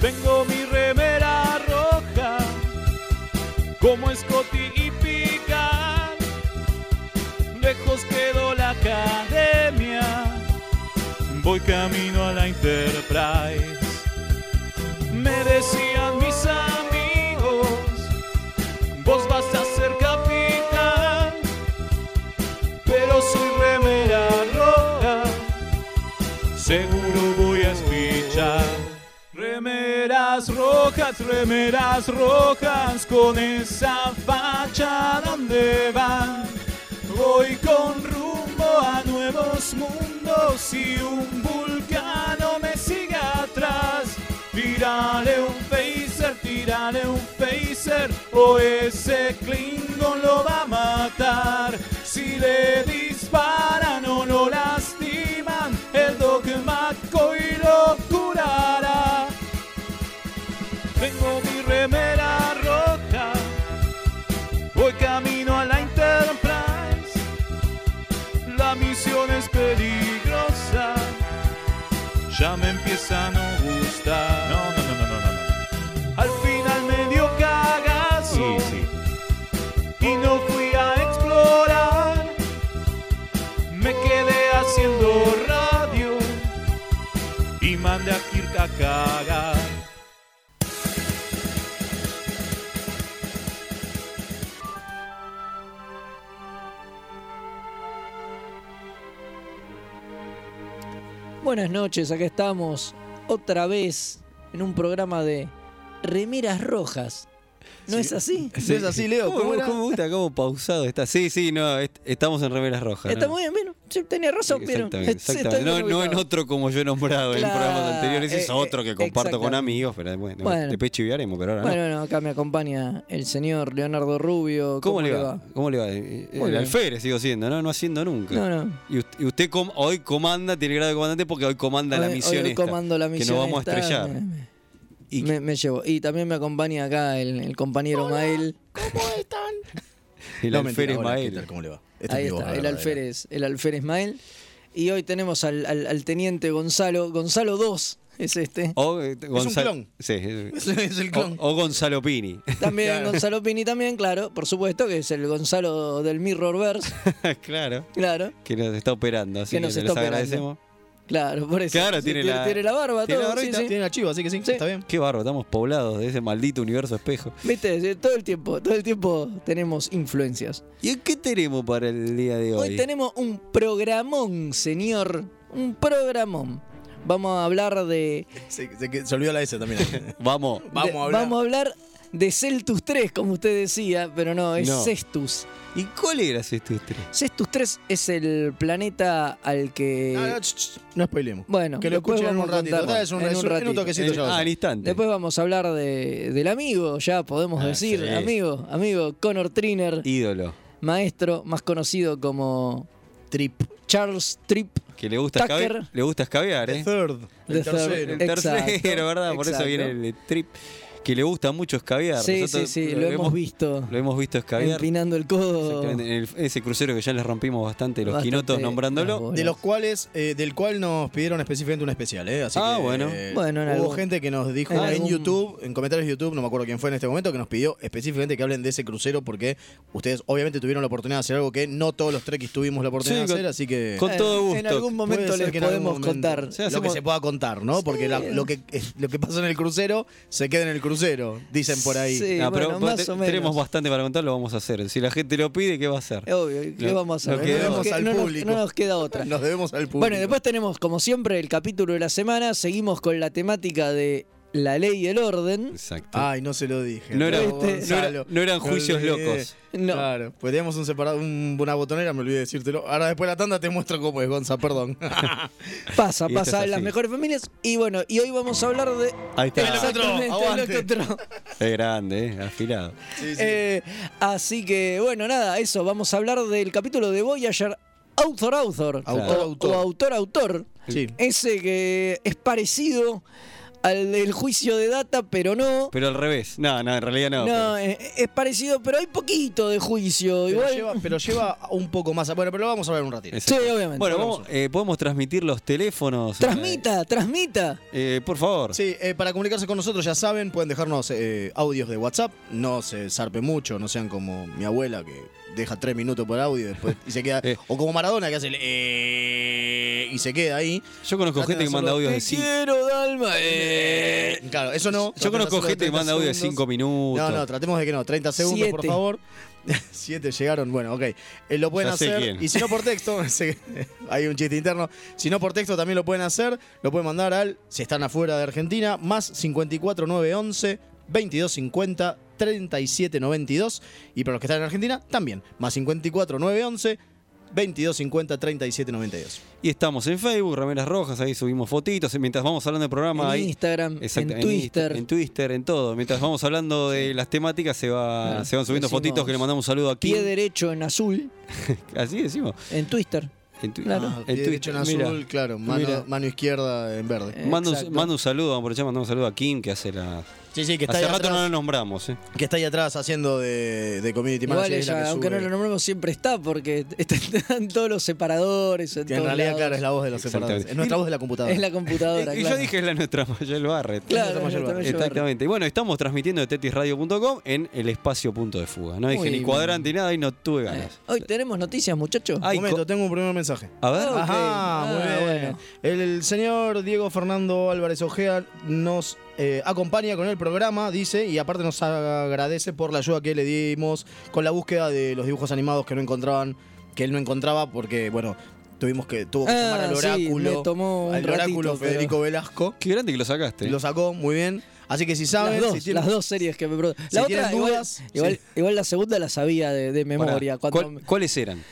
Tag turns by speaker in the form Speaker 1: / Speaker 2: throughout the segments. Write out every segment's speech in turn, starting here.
Speaker 1: Tengo mi remera roja, como Scotty y Pican. Lejos quedó la academia, voy camino a la Enterprise. Me decían mis amigos, vos vas a ser capitán, pero soy remera roja, seguro voy a espichar. Remeras rojas, remeras rojas, con esa facha donde van. Voy con rumbo a nuevos mundos y un vulcano me sigue atrás. Tírale un phaser, tírale un phaser, o ese Klingon lo va a matar. Si le disparan o lo lastiman, el dogmático y lo curará. Tengo mi remera rota, voy camino a la Enterprise. La misión es peligrosa, ya me empieza a no gustar. No, no, no, no, no. Al final me dio cagazo y no fui a explorar. Me quedé haciendo radio y mandé a Kirk a cagar.
Speaker 2: Buenas noches, acá estamos otra vez en un programa de Remeras Rojas. ¿No es así?
Speaker 3: Sí.
Speaker 4: es así, Leo?
Speaker 3: ¿Cómo,
Speaker 4: ¿Cómo era?
Speaker 3: cómo me gusta? ¿Cómo pausado está? Sí, sí, no, est- estamos en Remeras Rojas.
Speaker 2: Está
Speaker 3: ¿no?
Speaker 2: muy bien, bueno, yo tenía razón, pero
Speaker 3: Exactamente, exactamente. No, no en otro como yo he nombrado en
Speaker 2: Claro,
Speaker 3: programas anteriores, es
Speaker 2: eh,
Speaker 3: otro que
Speaker 2: eh,
Speaker 3: comparto con
Speaker 2: exactamente.
Speaker 3: amigos, pero bueno,
Speaker 2: Bueno.
Speaker 3: después chiviaremos, pero ahora no.
Speaker 2: Bueno, no, acá me acompaña el señor Leonardo Rubio.
Speaker 3: ¿Cómo, le va? ¿Cómo le va? Eh, eh,
Speaker 2: Muy
Speaker 3: El
Speaker 2: bien.
Speaker 3: alférez sigo siendo, ¿no? No haciendo nunca.
Speaker 2: No, no.
Speaker 3: Y usted, y usted com- hoy comanda, tiene grado de comandante porque hoy comanda la
Speaker 2: Hoy-
Speaker 3: misión
Speaker 2: hoy
Speaker 3: esta,
Speaker 2: comando la
Speaker 3: Que
Speaker 2: misión
Speaker 3: nos vamos a
Speaker 2: esta,
Speaker 3: estrellar.
Speaker 2: me-
Speaker 3: Y-
Speaker 2: Me, me llevo. Y también me acompaña acá el, el compañero Mael.
Speaker 3: el
Speaker 4: No, mentira,
Speaker 3: alférez
Speaker 4: hola, ¿qué
Speaker 3: Mael.
Speaker 4: tal? ¿Cómo le va?
Speaker 3: Este
Speaker 4: Esta es
Speaker 2: Ahí
Speaker 4: mi voz
Speaker 2: está, el
Speaker 4: verdadera.
Speaker 2: alférez, el alférez Mael. Y hoy tenemos al, al- al teniente Gonzalo, Gonzalo 2 es este.
Speaker 3: O, eh, Gonzalo-
Speaker 4: clon.
Speaker 3: Sí,
Speaker 4: Es,
Speaker 3: es-
Speaker 4: es
Speaker 2: Oh,
Speaker 4: el clon.
Speaker 3: o, o Gonzalo Pini.
Speaker 2: También
Speaker 4: Claro.
Speaker 2: Gonzalo Pini también, claro, por supuesto, que es el Gonzalo del Mirrorverse,
Speaker 3: claro.
Speaker 2: claro,
Speaker 3: Que nos está operando, así
Speaker 2: Que
Speaker 3: que,
Speaker 2: nos
Speaker 3: les
Speaker 2: está operando.
Speaker 3: agradecemos.
Speaker 2: claro, por eso.
Speaker 3: Claro,
Speaker 2: Sí,
Speaker 3: tiene la-
Speaker 2: barba,
Speaker 3: tiene la
Speaker 2: todo, sí,
Speaker 3: barbita,
Speaker 2: sí.
Speaker 4: Tiene la chiva, así que sí, está bien.
Speaker 3: Qué barro, estamos poblados de ese maldito universo espejo.
Speaker 2: Viste, sí, todo el tiempo, todo el tiempo tenemos influencias.
Speaker 3: ¿Y qué tenemos para el día de hoy?
Speaker 2: Hoy tenemos un programón, señor, un programón. Vamos a hablar de...
Speaker 4: Se, se que- se olvidó la S también.
Speaker 3: Vamos.
Speaker 4: Vamos
Speaker 2: de-
Speaker 4: a hablar.
Speaker 2: Vamos a hablar de Celtus 3, como usted decía, pero no, es
Speaker 3: No.
Speaker 2: Cestus.
Speaker 3: ¿Y cuál era ese estutre?
Speaker 2: Cestus 3 es el planeta al que...
Speaker 4: no, no, Ah, ch, ch, no spoilemos.
Speaker 2: Eh, Bueno,
Speaker 4: que lo
Speaker 2: después
Speaker 4: escuchen en un
Speaker 2: vamos a
Speaker 4: ratito.
Speaker 2: contar.
Speaker 4: Total, es un,
Speaker 2: En
Speaker 4: es
Speaker 2: un
Speaker 4: un- en un
Speaker 2: ratito.
Speaker 4: toquecito
Speaker 3: En-
Speaker 4: ya va a
Speaker 3: ah, al
Speaker 4: ser.
Speaker 3: instante.
Speaker 2: Después vamos a hablar de- del amigo, ya podemos
Speaker 3: Ah,
Speaker 2: decir,
Speaker 3: sí.
Speaker 2: amigo, amigo, Connor Triner,
Speaker 3: Ídolo.
Speaker 2: maestro, más conocido como
Speaker 4: Trip.
Speaker 2: Charles Tripp.
Speaker 3: Que le gusta, escabe-
Speaker 2: Tucker.
Speaker 3: le gusta escabear, ¿eh?
Speaker 4: The third.
Speaker 2: The
Speaker 4: El
Speaker 2: third.
Speaker 4: tercero.
Speaker 3: El
Speaker 2: Exacto,
Speaker 3: tercero, ¿verdad? Por eso
Speaker 2: exacto.
Speaker 3: viene el trip. Que le gusta mucho escabear.
Speaker 2: Sí, sí,
Speaker 3: Nosotros
Speaker 2: sí, lo, hemos visto.
Speaker 3: Lo hemos visto escabear.
Speaker 2: Empinando el codo.
Speaker 3: Exactamente, en el- ese crucero que ya les rompimos bastante los
Speaker 2: Bastante
Speaker 3: quinotos
Speaker 2: las
Speaker 3: nombrándolo.
Speaker 2: bolas.
Speaker 4: De los cuales, eh, del cual nos pidieron específicamente un especial, ¿eh? Así
Speaker 3: Ah,
Speaker 4: que,
Speaker 3: bueno.
Speaker 4: eh,
Speaker 2: Bueno, en
Speaker 4: hubo
Speaker 2: algún-
Speaker 4: gente que nos dijo
Speaker 2: en
Speaker 4: en,
Speaker 2: algún-
Speaker 4: YouTube, en comentarios de YouTube, no me acuerdo quién fue en este momento, que nos pidió específicamente que hablen de ese crucero porque ustedes obviamente tuvieron la oportunidad de hacer algo que no todos los trekkies tuvimos la oportunidad
Speaker 3: Sí,
Speaker 4: de
Speaker 3: con-
Speaker 4: hacer, así que...
Speaker 3: con
Speaker 2: Eh,
Speaker 3: todo
Speaker 2: En
Speaker 3: gusto.
Speaker 2: algún momento
Speaker 4: Puede ser
Speaker 2: les
Speaker 4: que en algún
Speaker 2: podemos
Speaker 4: momento-
Speaker 2: contar.
Speaker 3: Sí,
Speaker 4: lo que
Speaker 3: hacemos-
Speaker 4: se pueda contar, ¿no? Porque la- lo, que, es- lo que pasa en el crucero se queda en el crucero, dicen por ahí.
Speaker 2: Sí, bueno,
Speaker 3: No, Ah, pero
Speaker 2: más
Speaker 3: te-
Speaker 2: o menos. Eh,
Speaker 3: tenemos bastante para contar, lo vamos a hacer. Si la gente lo pide, ¿qué va a hacer?
Speaker 2: Obvio, ¿qué
Speaker 3: Lo-
Speaker 2: vamos a
Speaker 3: lo
Speaker 2: hacer?
Speaker 3: que
Speaker 2: No nos
Speaker 4: debemos
Speaker 2: que-
Speaker 4: al
Speaker 2: no nos-
Speaker 4: público.
Speaker 2: no nos queda otra.
Speaker 4: Nos debemos al público.
Speaker 2: Bueno, y después tenemos, como siempre, el capítulo de la semana. Seguimos con la temática de la ley y el orden.
Speaker 3: Exacto.
Speaker 4: Ay, no se lo dije.
Speaker 3: No era-
Speaker 4: Bravo,
Speaker 2: no era-
Speaker 4: Gonzalo.
Speaker 3: no eran
Speaker 4: Me
Speaker 3: juicios
Speaker 4: olvidé.
Speaker 3: locos.
Speaker 2: No.
Speaker 4: Claro, pues teníamos un separado, un- una botonera, me olvidé decírtelo. Ahora después de la tanda te muestro cómo es, Gonza, perdón.
Speaker 2: Pasa,
Speaker 3: Y esto
Speaker 2: pasa
Speaker 3: es
Speaker 2: en las
Speaker 3: así.
Speaker 2: mejores familias. Y bueno, y hoy vamos a hablar de.
Speaker 3: Ahí está.
Speaker 2: Exactamente,
Speaker 4: aguante.
Speaker 2: el otro.
Speaker 3: Es grande, ¿eh? afilado.
Speaker 2: Eh, así que, bueno, nada, eso. Vamos a hablar del capítulo de Voyager Author Author.
Speaker 4: Autor,
Speaker 2: O-
Speaker 4: autor.
Speaker 2: O Autor Autor.
Speaker 4: Sí.
Speaker 2: Ese que es parecido al del juicio de data, pero no.
Speaker 3: Pero al revés. No, no, en realidad no.
Speaker 2: no, eh, es parecido, pero hay poquito de juicio.
Speaker 4: Pero,
Speaker 2: Igual.
Speaker 4: lleva, pero lleva un poco más. a- Bueno, pero lo vamos a ver un ratito.
Speaker 3: Es-
Speaker 2: Sí, obviamente.
Speaker 3: Bueno, vamos, eh, podemos transmitir los teléfonos.
Speaker 2: Transmita, transmita.
Speaker 3: Eh, por favor.
Speaker 4: Sí, eh, para comunicarse con nosotros, ya saben, pueden dejarnos eh, audios de WhatsApp. No se zarpe mucho, no sean como mi abuela que deja tres minutos por audio y después, y se queda.
Speaker 3: Eh.
Speaker 4: O como Maradona que hace el. eh, y se queda ahí.
Speaker 3: Yo conozco
Speaker 4: Traten
Speaker 3: gente
Speaker 4: de
Speaker 3: que manda
Speaker 4: hacerlo-
Speaker 3: audios
Speaker 2: Te
Speaker 3: de cinco.
Speaker 2: quiero, Dalma. Eh.
Speaker 4: Claro, eso no.
Speaker 3: Yo conozco gente que manda audio de 5 minutos.
Speaker 4: No, no, tratemos de que no. 30 segundos, por
Speaker 2: Siete.
Speaker 4: favor. Siete llegaron, bueno, ok. Eh, lo pueden
Speaker 3: Ya sé
Speaker 4: hacer.
Speaker 3: quién.
Speaker 4: Y si no por texto, sé que hay un chiste interno. Si no por texto, también lo pueden hacer. Lo pueden mandar al, si están afuera de Argentina, más 54911 2250 3792. Y para los que están en Argentina, también, más 54911 2250 3792.
Speaker 3: Y estamos en Facebook, Rameras Rojas, ahí subimos fotitos. Mientras vamos hablando del programa,
Speaker 2: En
Speaker 3: ahí.
Speaker 2: Instagram,
Speaker 3: Exacto,
Speaker 2: en Twitter.
Speaker 3: Insta- En Twitter, en todo. Mientras vamos hablando de las temáticas, se, va,
Speaker 2: Claro,
Speaker 3: se van subiendo
Speaker 2: decimos-
Speaker 3: fotitos que le mandamos un saludo aquí.
Speaker 2: Pie derecho en azul,
Speaker 3: Así decimos.
Speaker 2: en Twitter.
Speaker 3: En, tu-
Speaker 2: Claro.
Speaker 3: en
Speaker 4: Ah, pie
Speaker 3: Twitter.
Speaker 4: derecho en azul,
Speaker 3: mira.
Speaker 4: claro. Mano,
Speaker 3: Mira.
Speaker 4: mano izquierda en verde.
Speaker 2: Eh,
Speaker 3: Manda
Speaker 2: Exacto.
Speaker 3: un, manda un saludo, vamos a aprovechar, mandamos un saludo a Kim, que hace la.
Speaker 4: Sí, sí, que está, ahí
Speaker 3: Hace rato
Speaker 4: atrás,
Speaker 3: no lo nombramos, ¿eh?
Speaker 4: que está ahí atrás haciendo de, de community
Speaker 2: Igual
Speaker 4: manager. es la
Speaker 2: ella,
Speaker 4: que
Speaker 2: aunque no
Speaker 4: sube.
Speaker 2: lo nombremos, siempre está porque está en todos los separadores. En,
Speaker 4: Que en
Speaker 2: todos
Speaker 4: realidad,
Speaker 2: lados.
Speaker 4: claro, es la voz de los
Speaker 3: Exactamente.
Speaker 4: separadores. Es nuestra voz de la computadora.
Speaker 2: Es la computadora.
Speaker 3: Y- y
Speaker 2: claro.
Speaker 3: yo dije es la nuestra Mayel Barret.
Speaker 2: Claro,
Speaker 4: Esa mayor
Speaker 2: yo también llevo barra.
Speaker 3: Exactamente. Y bueno, estamos transmitiendo de tetisradio.com en el espacio punto de fuga. No dije
Speaker 4: Muy
Speaker 3: ni
Speaker 4: bien.
Speaker 3: cuadrante ni nada y no tuve
Speaker 2: Eh,
Speaker 3: ganas.
Speaker 2: Hoy tenemos noticias, muchachos.
Speaker 3: Ah, Ay,
Speaker 4: Un momento,
Speaker 3: co-
Speaker 4: tengo un primer mensaje.
Speaker 3: A ver.
Speaker 2: Ah, ok.
Speaker 4: Ajá, muy
Speaker 2: Ah,
Speaker 4: bien.
Speaker 2: bueno.
Speaker 4: El, señor Diego Fernando Álvarez Ojea nos eh, acompaña con el programa, dice, y aparte nos agradece por la ayuda que le dimos con la búsqueda de los dibujos animados que no encontraban, que él no encontraba porque, bueno, tuvimos que, tuvo que
Speaker 2: Ah,
Speaker 4: llamar al
Speaker 2: sí,
Speaker 4: oráculo.
Speaker 2: me tomó un
Speaker 4: al oráculo
Speaker 2: ratito, pero-
Speaker 4: Federico Velasco.
Speaker 3: Qué grande que lo sacaste. ¿eh?
Speaker 4: Lo sacó, muy bien. Así que si
Speaker 2: Las
Speaker 4: saben,
Speaker 2: dos,
Speaker 4: si tienen-
Speaker 2: las dos series que me pro-
Speaker 4: si
Speaker 2: La
Speaker 4: tienen
Speaker 2: otra, igual,
Speaker 4: dudas,
Speaker 2: igual,
Speaker 4: sí.
Speaker 2: igual la segunda la sabía de, de
Speaker 3: Pará,
Speaker 2: memoria.
Speaker 3: ¿cuál-
Speaker 2: Cuando-
Speaker 3: ¿Cuáles eran?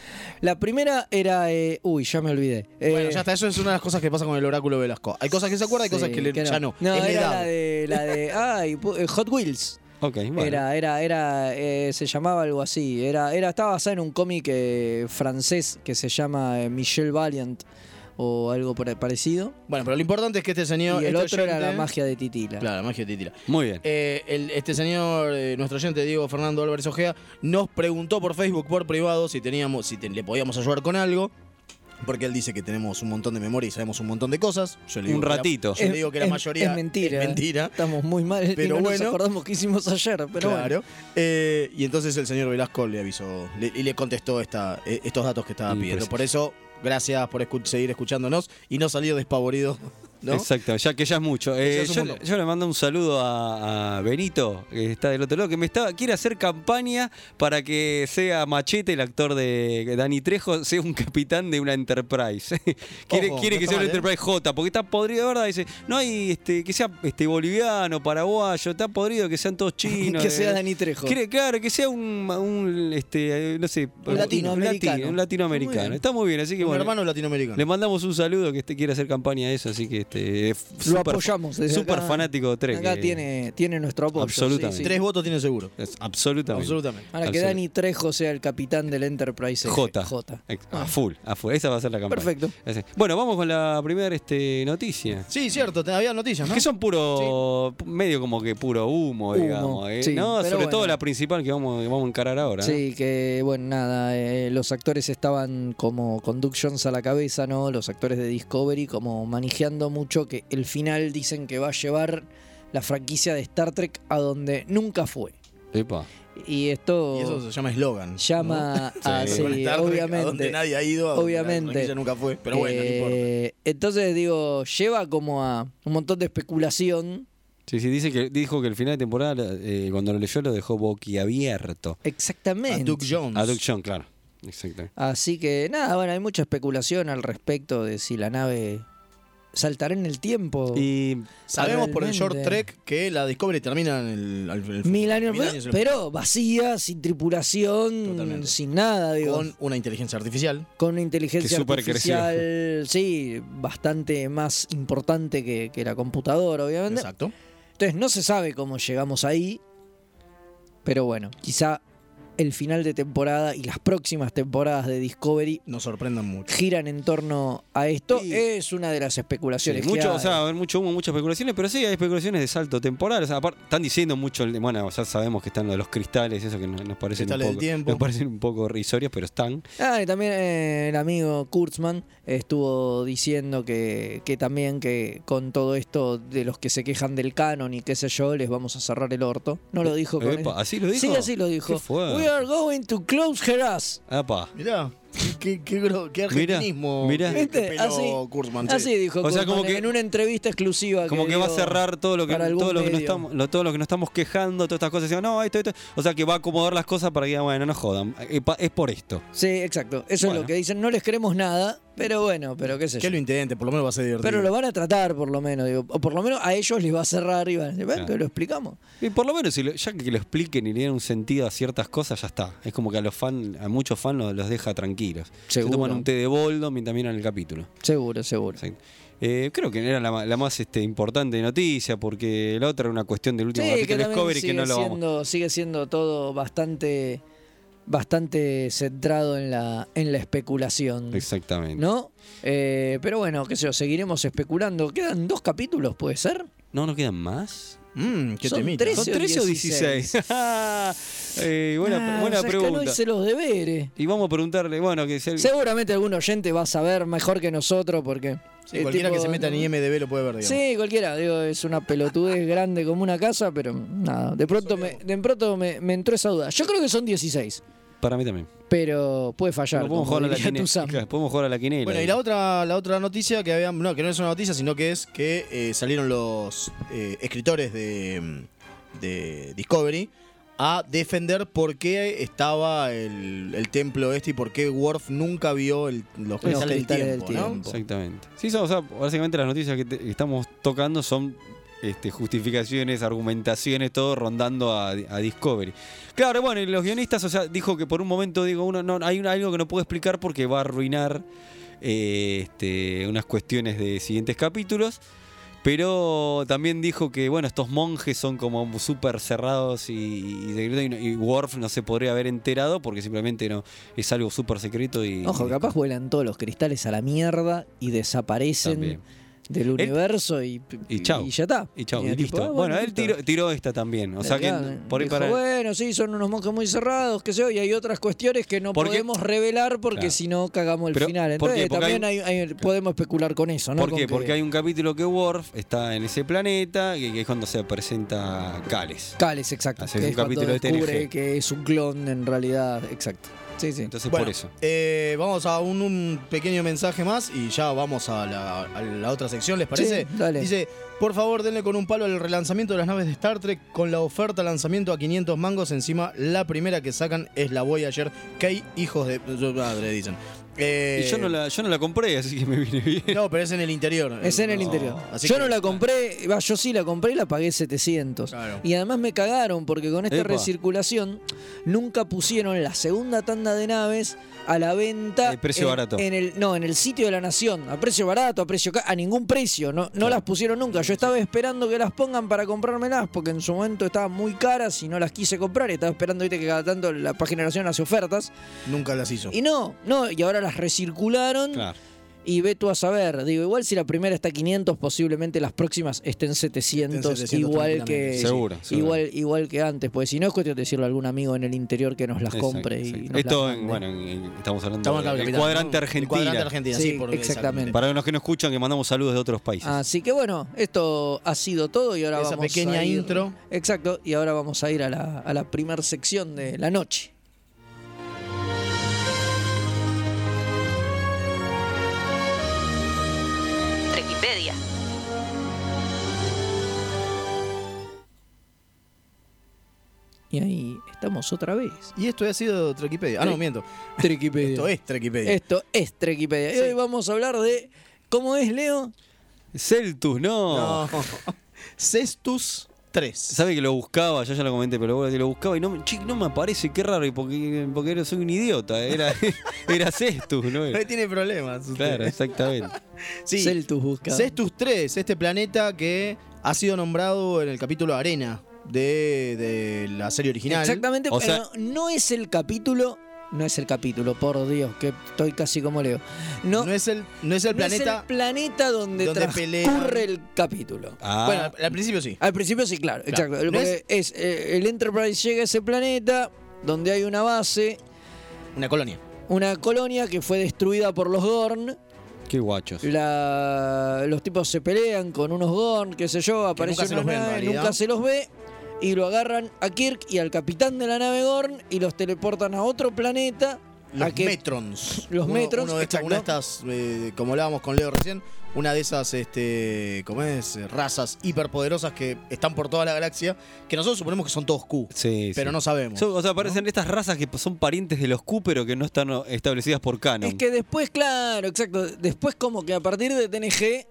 Speaker 2: La primera era. eh, uy, ya me olvidé.
Speaker 4: Bueno,
Speaker 2: Eh,
Speaker 4: ya está, eso es una de las cosas que pasa con el oráculo Velasco. Hay cosas que se acuerda y cosas
Speaker 2: sí,
Speaker 4: que le- ya no. Es la
Speaker 2: era
Speaker 4: edad.
Speaker 2: la de, la de. Ay, pu- eh, Hot Wheels.
Speaker 3: Ok, bueno.
Speaker 2: Era, era, era, eh, se llamaba algo así. Era, era, estaba basada en un cómic eh, francés que se llama eh, Michel Valiant o algo pare- parecido.
Speaker 4: Bueno, pero lo importante es que este señor.
Speaker 2: y el
Speaker 4: este
Speaker 2: otro era
Speaker 4: oyente-
Speaker 2: la magia de Titila.
Speaker 4: Claro, la magia de Titila.
Speaker 3: Muy bien.
Speaker 4: Eh, el- este señor, eh, nuestro oyente Diego Fernando Álvarez Ojea, nos preguntó por Facebook, por privado, si teníamos, si te- le podíamos ayudar con algo. Porque él dice que tenemos un montón de memoria y sabemos un montón de cosas. Yo le digo
Speaker 3: Un
Speaker 4: que la-
Speaker 3: ratito.
Speaker 4: yo le digo que la mayoría
Speaker 2: es mentira.
Speaker 4: es mentira.
Speaker 2: Estamos muy mal, y
Speaker 4: Pero
Speaker 2: no nos
Speaker 4: bueno.
Speaker 2: acordamos que hicimos ayer, pero
Speaker 4: claro. Eh, y entonces el señor Velasco le avisó le- y le contestó esta, eh, estos datos que estaba
Speaker 3: Mm,
Speaker 4: pidiendo.
Speaker 3: pues.
Speaker 4: Por eso, gracias por escu- seguir escuchándonos y no salir despavorido. ¿no?
Speaker 3: Exacto, ya que ya es mucho. Eh,
Speaker 4: ya es un
Speaker 3: yo,
Speaker 4: montón.
Speaker 3: yo le mando un saludo a, a Benito, que está del otro lado, que me estaba, quiere hacer campaña para que sea Machete, el actor de Dani Trejo, sea un capitán de una Enterprise. quiere
Speaker 4: Ojo,
Speaker 3: quiere
Speaker 4: no
Speaker 3: que
Speaker 4: está
Speaker 3: sea una
Speaker 4: mal, ¿eh?
Speaker 3: Enterprise J, porque está podrido, de verdad. Dice, no hay este, que sea este boliviano, paraguayo, está podrido, que sean todos chinos.
Speaker 2: Que
Speaker 3: eh,
Speaker 2: sea Dani Trejo.
Speaker 3: Quiere, claro, que sea un, un, este, eh, no sé,
Speaker 2: Un latino,
Speaker 3: un, latino,
Speaker 2: americano.
Speaker 3: un
Speaker 4: Muy
Speaker 3: latinoamericano.
Speaker 4: bien.
Speaker 3: está muy bien, así que
Speaker 4: Un
Speaker 3: bueno.
Speaker 4: hermano latinoamericano.
Speaker 3: Le mandamos un saludo que este quiere hacer campaña a eso, así que este, es
Speaker 2: Lo
Speaker 3: súper-
Speaker 2: apoyamos. desde
Speaker 3: Súper
Speaker 2: acá.
Speaker 3: fanático de Trek.
Speaker 2: Acá
Speaker 3: eh,
Speaker 2: tiene, tiene nuestro apoyo. sí,
Speaker 3: Absolutamente.
Speaker 2: sí.
Speaker 4: Tres votos tiene seguro.
Speaker 3: es- absolutamente.
Speaker 4: Absolutamente.
Speaker 2: Para que
Speaker 3: Absolutamente.
Speaker 2: Dani Trejo sea el capitán del Enterprise F,
Speaker 3: J.
Speaker 2: J.
Speaker 3: Ex- A full, a full. Esa va a ser la campaña.
Speaker 2: Ah. Perfecto.
Speaker 3: Así. Bueno, vamos con la primera este, noticia.
Speaker 4: Sí, cierto, te- había noticias, ¿no?
Speaker 3: Que son puro, medio como que puro humo,
Speaker 2: Humo,
Speaker 3: digamos. eh,
Speaker 2: sí,
Speaker 3: ¿no?
Speaker 2: pero
Speaker 3: Sobre todo
Speaker 2: bueno.
Speaker 3: la principal que vamos, que vamos a encarar ahora. ¿no?
Speaker 2: Sí, que bueno, nada, eh, los actores estaban como con Duke Jones a la cabeza, ¿no? Los actores de Discovery como manejando mucho que el final dicen que va a llevar la franquicia de Star Trek a donde nunca fue.
Speaker 3: Epa.
Speaker 2: Y esto
Speaker 4: Y eso se llama eslogan.
Speaker 2: llama
Speaker 3: ¿no?
Speaker 2: a,
Speaker 3: Sí.
Speaker 2: sí,
Speaker 4: Con Star Trek,
Speaker 2: obviamente.
Speaker 4: A donde nadie ha ido, a donde la
Speaker 2: Obviamente.
Speaker 4: franquicia nunca fue. Pero bueno, no importa.
Speaker 2: Eh, Entonces digo, lleva como a un montón de especulación.
Speaker 3: Sí, sí, dice que, dijo que el final de temporada, eh, cuando lo leyó, lo dejó boquiabierto.
Speaker 4: A
Speaker 2: Exactamente.
Speaker 4: Duke Jones.
Speaker 3: Aducción, claro. Exacto.
Speaker 2: Así que nada, bueno, hay mucha especulación al respecto de si la nave saltará en el tiempo.
Speaker 3: Y
Speaker 4: Sabemos por el short
Speaker 2: Realmente.
Speaker 4: trek que la Discovery termina en el. al- el-
Speaker 2: Mil años, pero,
Speaker 4: en el-
Speaker 2: pero vacía, sin tripulación,
Speaker 4: Totalmente.
Speaker 2: sin nada, digo.
Speaker 4: Con
Speaker 2: Con,
Speaker 4: una inteligencia artificial.
Speaker 2: una inteligencia
Speaker 3: Que super creció.
Speaker 2: artificial, sí, bastante más importante que, que la computadora, obviamente.
Speaker 4: Exacto.
Speaker 2: Entonces no se sabe cómo llegamos ahí, pero bueno, quizá el final de temporada y las próximas temporadas de Discovery
Speaker 4: Nos sorprendan mucho.
Speaker 2: giran en torno a esto.
Speaker 3: Sí.
Speaker 2: Es una de las
Speaker 3: Sí,
Speaker 2: especulaciones. que
Speaker 3: mucho,
Speaker 2: hay.
Speaker 3: o sea, va a haber mucho humo, muchas especulaciones, pero sí hay especulaciones de salto temporal. O sea, aparte, están diciendo mucho, el- bueno, ya sabemos que están lo de los cristales, eso que no- nos, parecen
Speaker 4: Cristales
Speaker 3: un
Speaker 4: del
Speaker 3: poco,
Speaker 4: tiempo.
Speaker 3: nos parecen un poco risorios, pero están.
Speaker 2: Ah, y también eh, el amigo Kurtzman estuvo diciendo que, que también que con todo esto de los que se quejan del canon y qué sé yo, les vamos a cerrar el orto. No lo dijo con
Speaker 3: Epa, ¿Así lo dijo?
Speaker 2: Sí, así lo
Speaker 3: Qué
Speaker 2: dijo.
Speaker 3: fuerte.
Speaker 2: We are going to close her ass.
Speaker 3: Apa.
Speaker 4: Mirá, qué, qué, gro- qué
Speaker 3: Mirá,
Speaker 4: argentinismo.
Speaker 3: mirá.
Speaker 4: que- que
Speaker 2: ¿Viste?
Speaker 4: peló
Speaker 2: Así,
Speaker 4: Kurzman, sí.
Speaker 2: así dijo
Speaker 3: O sea,
Speaker 2: Kurtzman
Speaker 3: como que-
Speaker 2: en una entrevista exclusiva.
Speaker 3: Como que va a
Speaker 2: dio
Speaker 3: cerrar todo lo que
Speaker 2: para algún
Speaker 3: todo lo que nos
Speaker 2: medio.
Speaker 3: estamos lo- todo lo que nos estamos quejando, todas estas cosas, diciendo, no, esto, esto, o sea, que va a acomodar las cosas para que digan, bueno, no jodan, eh, pa- es por esto.
Speaker 2: Sí, exacto. Eso
Speaker 3: Bueno.
Speaker 2: es lo que dicen. No les queremos nada, pero bueno, pero qué sé
Speaker 4: Que
Speaker 2: yo.
Speaker 4: lo intenten, por lo menos va a ser divertido.
Speaker 2: Pero lo van a tratar, por lo menos. Digo, o por lo menos a ellos les va a cerrar y van a decir, "Ven,
Speaker 3: Claro.
Speaker 2: que lo explicamos.
Speaker 3: Y por lo menos si lo- ya que lo expliquen y le den un sentido a ciertas cosas, ya está. Es como que a los fan, a muchos fans los, los deja tranquilos.
Speaker 2: Seguro.
Speaker 3: Se toman un té de boldo mientras miran el capítulo.
Speaker 2: Seguro, seguro.
Speaker 3: Exacto. Eh, creo que era la, ma- la más este, importante noticia, porque la otra era una cuestión del último capítulo de
Speaker 2: también
Speaker 3: Discovery que no lo vamos.
Speaker 2: siendo, sigue siendo todo bastante, bastante centrado en la, en la especulación.
Speaker 3: Exactamente.
Speaker 2: ¿No? Eh, pero bueno, qué sé yo, seguiremos especulando. Quedan dos capítulos, ¿puede ser?
Speaker 3: ¿No nos quedan más?
Speaker 4: Mm, qué
Speaker 2: Son
Speaker 4: temita.
Speaker 2: tres.
Speaker 3: ¿Son
Speaker 2: 13 o
Speaker 3: 13 o 16? Eh, buena
Speaker 2: Ah,
Speaker 3: buena
Speaker 2: o sea, es que
Speaker 3: pregunta.
Speaker 2: no hice los deberes.
Speaker 3: Y vamos a preguntarle, bueno, que si el-
Speaker 2: Seguramente algún oyente va a saber mejor que nosotros porque...
Speaker 4: Sí,
Speaker 2: eh,
Speaker 4: cualquiera
Speaker 2: tipo,
Speaker 4: que se meta en
Speaker 2: no-
Speaker 4: IMDB lo puede ver, digamos.
Speaker 2: Sí, cualquiera, digo, es una pelotudez grande como una casa, pero nada, de pronto, me, de pronto me, me entró esa duda. Yo creo que son 16,
Speaker 3: para mí también.
Speaker 2: pero puede fallar.
Speaker 3: Bueno,
Speaker 2: como
Speaker 3: podemos, jugar a la
Speaker 2: diría
Speaker 3: quine-
Speaker 2: tu Sam.
Speaker 3: claro, podemos jugar a la quinela.
Speaker 4: Bueno, y la otra, la otra noticia que habían. No, que no es una noticia, sino que es que eh, salieron los eh, escritores de, mm, de Discovery a defender por qué estaba el, el templo este y por qué Worf nunca vio el- los cristales del
Speaker 2: cristales
Speaker 4: tiempo,
Speaker 2: del
Speaker 4: ¿no?
Speaker 2: tiempo.
Speaker 3: Exactamente. Sí, son, o sea, básicamente las noticias que, te- que estamos tocando son este, justificaciones, argumentaciones, todo rondando a, a Discovery. Claro, bueno, y los guionistas, o sea, dijo que por un momento, digo, uno, no, hay un- algo que no puedo explicar porque va a arruinar eh, este, unas cuestiones de siguientes capítulos. Pero también dijo que, bueno, estos monjes son como súper cerrados y, y secretos, y, no- y Worf no se podría haber enterado porque simplemente no es algo súper secreto y...
Speaker 2: Ojo, capaz vuelan todos los cristales a la mierda y desaparecen
Speaker 3: También.
Speaker 2: del universo y,
Speaker 3: y chau.
Speaker 2: ya está.
Speaker 3: Y chau,
Speaker 2: era
Speaker 3: y
Speaker 2: tipo,
Speaker 3: listo.
Speaker 2: ah,
Speaker 3: bueno, él
Speaker 2: listo.
Speaker 3: tiró, tiró esta también. O sea que
Speaker 2: Claro,
Speaker 3: por ahí
Speaker 2: dijo,
Speaker 3: para.
Speaker 2: Bueno, sí, son unos monjes muy cerrados, qué sé yo, y hay otras cuestiones que no
Speaker 3: Porque-
Speaker 2: podemos revelar porque
Speaker 3: Claro.
Speaker 2: si no cagamos el
Speaker 3: Pero,
Speaker 2: final.
Speaker 3: ¿por qué?
Speaker 2: Entonces
Speaker 3: Porque
Speaker 2: también hay- hay- podemos especular con eso, ¿no?
Speaker 3: ¿Por
Speaker 2: Con
Speaker 3: qué?
Speaker 2: que-
Speaker 3: Porque hay un capítulo que Worf está en ese planeta y que es cuando se presenta Cales.
Speaker 2: Cales, exacto.
Speaker 3: Hace
Speaker 2: que
Speaker 3: un
Speaker 2: es cuando
Speaker 3: capítulo de este TNG.
Speaker 2: descubre que es un clon en realidad, exacto. Sí, sí.
Speaker 3: Entonces
Speaker 4: Bueno,
Speaker 3: por eso.
Speaker 4: eh, vamos a un, un pequeño mensaje más y ya vamos a la, a la otra sección, ¿les parece?
Speaker 2: Sí, dale.
Speaker 4: Dice, por favor denle con un palo al relanzamiento de las naves de Star Trek con la oferta lanzamiento a 500 mangos. Encima, la primera que sacan es la Voyager. Que hijos de... madre, dicen. Eh,
Speaker 3: y yo no, la, yo no la compré, así que me vine bien.
Speaker 4: no, pero es en el interior.
Speaker 2: Es en el
Speaker 4: No,
Speaker 2: interior.
Speaker 4: así
Speaker 2: Yo
Speaker 4: que-
Speaker 2: no la compré, va, yo sí la compré y la pagué 700.
Speaker 4: Claro.
Speaker 2: Y además me cagaron porque con esta
Speaker 3: Epa.
Speaker 2: recirculación nunca pusieron la segunda tanda de naves a la venta.
Speaker 3: El precio
Speaker 2: en-
Speaker 3: barato.
Speaker 2: En el, no, en el sitio de la Nación. A precio barato, a precio ca- a ningún precio. No, no las pusieron nunca. Yo estaba esperando que las pongan para comprármelas porque en su momento estaban muy caras y no las quise comprar. Estaba esperando viste, que cada tanto la página de la Nación hace ofertas.
Speaker 4: Nunca las hizo.
Speaker 2: Y no, no, y ahora las recircularon.
Speaker 3: Claro.
Speaker 2: Y ve tú a saber, digo, igual si la primera está 500, posiblemente las próximas estén 700,
Speaker 4: Estén 700
Speaker 2: igual que
Speaker 4: tranquilamente.
Speaker 3: Seguro,
Speaker 2: sí,
Speaker 3: seguro.
Speaker 2: igual igual que antes, pues si no es cuestión de decirlo a algún amigo en el interior que nos las
Speaker 3: Exacto,
Speaker 2: compre y
Speaker 3: exacto.
Speaker 2: nos
Speaker 3: Esto,
Speaker 2: las
Speaker 3: en-
Speaker 2: mande.
Speaker 3: bueno, en- en- estamos hablando
Speaker 4: Estamos
Speaker 3: del
Speaker 4: hablando del capitán, ¿no?
Speaker 3: cuadrante
Speaker 4: El
Speaker 3: argentina.
Speaker 4: cuadrante argentina, sí,
Speaker 2: Sí,
Speaker 4: por-
Speaker 2: exactamente.
Speaker 3: Para los que no escuchan, que mandamos saludos de otros países.
Speaker 2: Así que bueno, esto ha sido todo y ahora
Speaker 4: Esa
Speaker 2: vamos
Speaker 4: pequeña
Speaker 2: a ir-
Speaker 4: intro.
Speaker 2: Exacto, y ahora vamos a ir a la, a la primer sección de la noche.
Speaker 5: Trekipedia.
Speaker 2: Y ahí estamos otra vez.
Speaker 4: Y esto ha sido Trekipedia. Ah, no, miento.
Speaker 2: Trekipedia.
Speaker 4: Esto es Trekipedia.
Speaker 2: Esto es Trekipedia. Y hoy vamos a hablar de. ¿Cómo es, Leo?
Speaker 3: Celtus, no.
Speaker 4: No. Cestus 3.
Speaker 3: Sabe que lo buscaba, yo ya lo comenté, pero bueno, que lo buscaba y no, me- chic, no me aparece, qué raro, y porque, porque era- soy un idiota. Era, era Celtus, ¿no?
Speaker 4: No tiene problemas. usted.
Speaker 3: Claro, exactamente.
Speaker 4: Sí.
Speaker 2: Celtus busca.
Speaker 4: Cestus 3, este planeta que ha sido nombrado en el capítulo Arena de, de la serie original.
Speaker 2: Exactamente,
Speaker 3: O
Speaker 2: pero
Speaker 3: sea-
Speaker 2: no, no es el capítulo. No es el capítulo, por Dios, que estoy casi como Leo. No,
Speaker 4: No, es el, no es el
Speaker 2: no es el
Speaker 4: planeta.
Speaker 2: planeta donde,
Speaker 4: donde pelean.
Speaker 2: transcurre el capítulo.
Speaker 3: Ah,
Speaker 4: Bueno, al, al principio sí.
Speaker 2: Al principio sí, claro,
Speaker 4: Claro.
Speaker 2: exacto.
Speaker 4: No
Speaker 2: porque es, eh, el Enterprise llega a ese planeta donde hay una base,
Speaker 4: Una colonia.
Speaker 2: una colonia que fue destruida por los Gorn.
Speaker 3: qué guachos.
Speaker 2: La- los tipos se pelean con unos Gorn, qué sé yo, aparece
Speaker 4: nunca se
Speaker 2: una
Speaker 4: los ve, en
Speaker 2: nave,
Speaker 4: realidad.
Speaker 2: nunca se los ve. Y lo agarran a Kirk y al capitán de la nave Gorn y los teleportan a otro planeta. a
Speaker 4: Los
Speaker 2: que-
Speaker 4: Metrons.
Speaker 2: Los
Speaker 4: Uno-
Speaker 2: Metrons,
Speaker 4: uno de estas-
Speaker 2: exacto.
Speaker 4: una de estas, eh, como hablábamos con Leo recién, una de esas, este, ¿cómo es? Eh, Razas hiperpoderosas que están por toda la galaxia, que nosotros suponemos que son todos Q,
Speaker 3: Sí,
Speaker 4: pero
Speaker 3: sí.
Speaker 4: no sabemos.
Speaker 3: Son- o sea, parecen estas razas que son parientes de los Q, pero que no están o, establecidas por canon.
Speaker 2: Es que después, claro, exacto. Después, como que a partir de TNG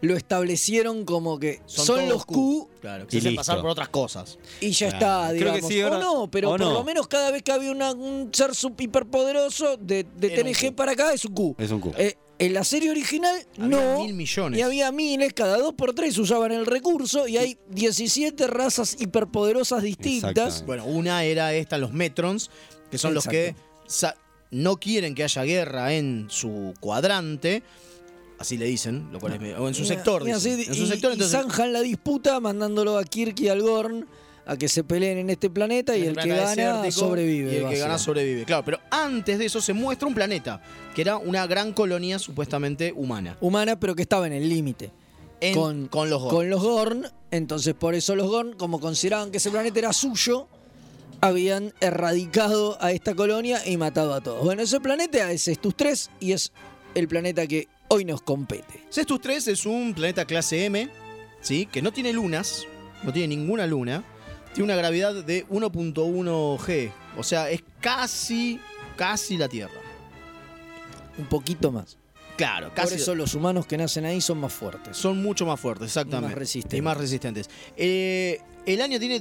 Speaker 2: lo establecieron como que son,
Speaker 4: todos
Speaker 2: los Q,
Speaker 4: Claro, que
Speaker 3: Y
Speaker 4: se hacen
Speaker 3: listo.
Speaker 4: pasar por otras cosas.
Speaker 2: y ya
Speaker 4: Claro.
Speaker 2: está,
Speaker 3: Creo
Speaker 2: digamos.
Speaker 3: que sí, ahora-
Speaker 2: o no, pero
Speaker 3: o
Speaker 2: por
Speaker 3: no.
Speaker 2: lo menos cada vez que había una- un ser sup- hiperpoderoso de, de
Speaker 4: Era un
Speaker 2: TNG
Speaker 4: Q.
Speaker 2: para acá es un Q.
Speaker 3: Es un Q.
Speaker 2: Eh, en la serie original,
Speaker 4: Había
Speaker 2: no.
Speaker 4: mil millones.
Speaker 2: Y había miles, cada dos por tres usaban el recurso y hay 17 razas hiperpoderosas distintas.
Speaker 3: Exactamente.
Speaker 4: Bueno, una era esta, los Metrons, que son los que
Speaker 2: Exacto.
Speaker 4: sa- no quieren que haya guerra en su cuadrante. Así le dicen, lo cual es medio- o en su
Speaker 2: Y-
Speaker 4: sector.
Speaker 2: y, así-
Speaker 4: dicen. en su
Speaker 2: y-
Speaker 4: sector,
Speaker 2: y
Speaker 4: entonces.
Speaker 2: zanjan la disputa mandándolo a Kirk y al Gorn a que se peleen en este planeta y
Speaker 4: en
Speaker 2: el que
Speaker 4: planeta
Speaker 2: gana
Speaker 4: desértico,
Speaker 2: sobrevive.
Speaker 4: Y el que gana
Speaker 2: básicamente.
Speaker 4: sobrevive, claro. Pero antes de eso se muestra un planeta, que era una gran colonia supuestamente humana.
Speaker 2: Humana, pero que estaba en el límite.
Speaker 4: en- con, los Gorn.
Speaker 2: Con los Gorn. Entonces, por eso los Gorn, como consideraban que ese planeta era suyo, habían erradicado a esta colonia y matado a todos. Bueno, ese planeta es Estus 3 y es el planeta que hoy nos compete.
Speaker 4: Cestus 3 es un planeta clase M, ¿sí? Que no tiene lunas, no tiene ninguna luna. Tiene una gravedad de 1.1 G. O sea, es casi, casi la Tierra.
Speaker 2: Un poquito más.
Speaker 4: Claro, casi.
Speaker 2: por eso los humanos que nacen ahí son más fuertes.
Speaker 4: son mucho más fuertes, exactamente.
Speaker 2: Y más resistentes.
Speaker 4: Y más resistentes. Eh, el año tiene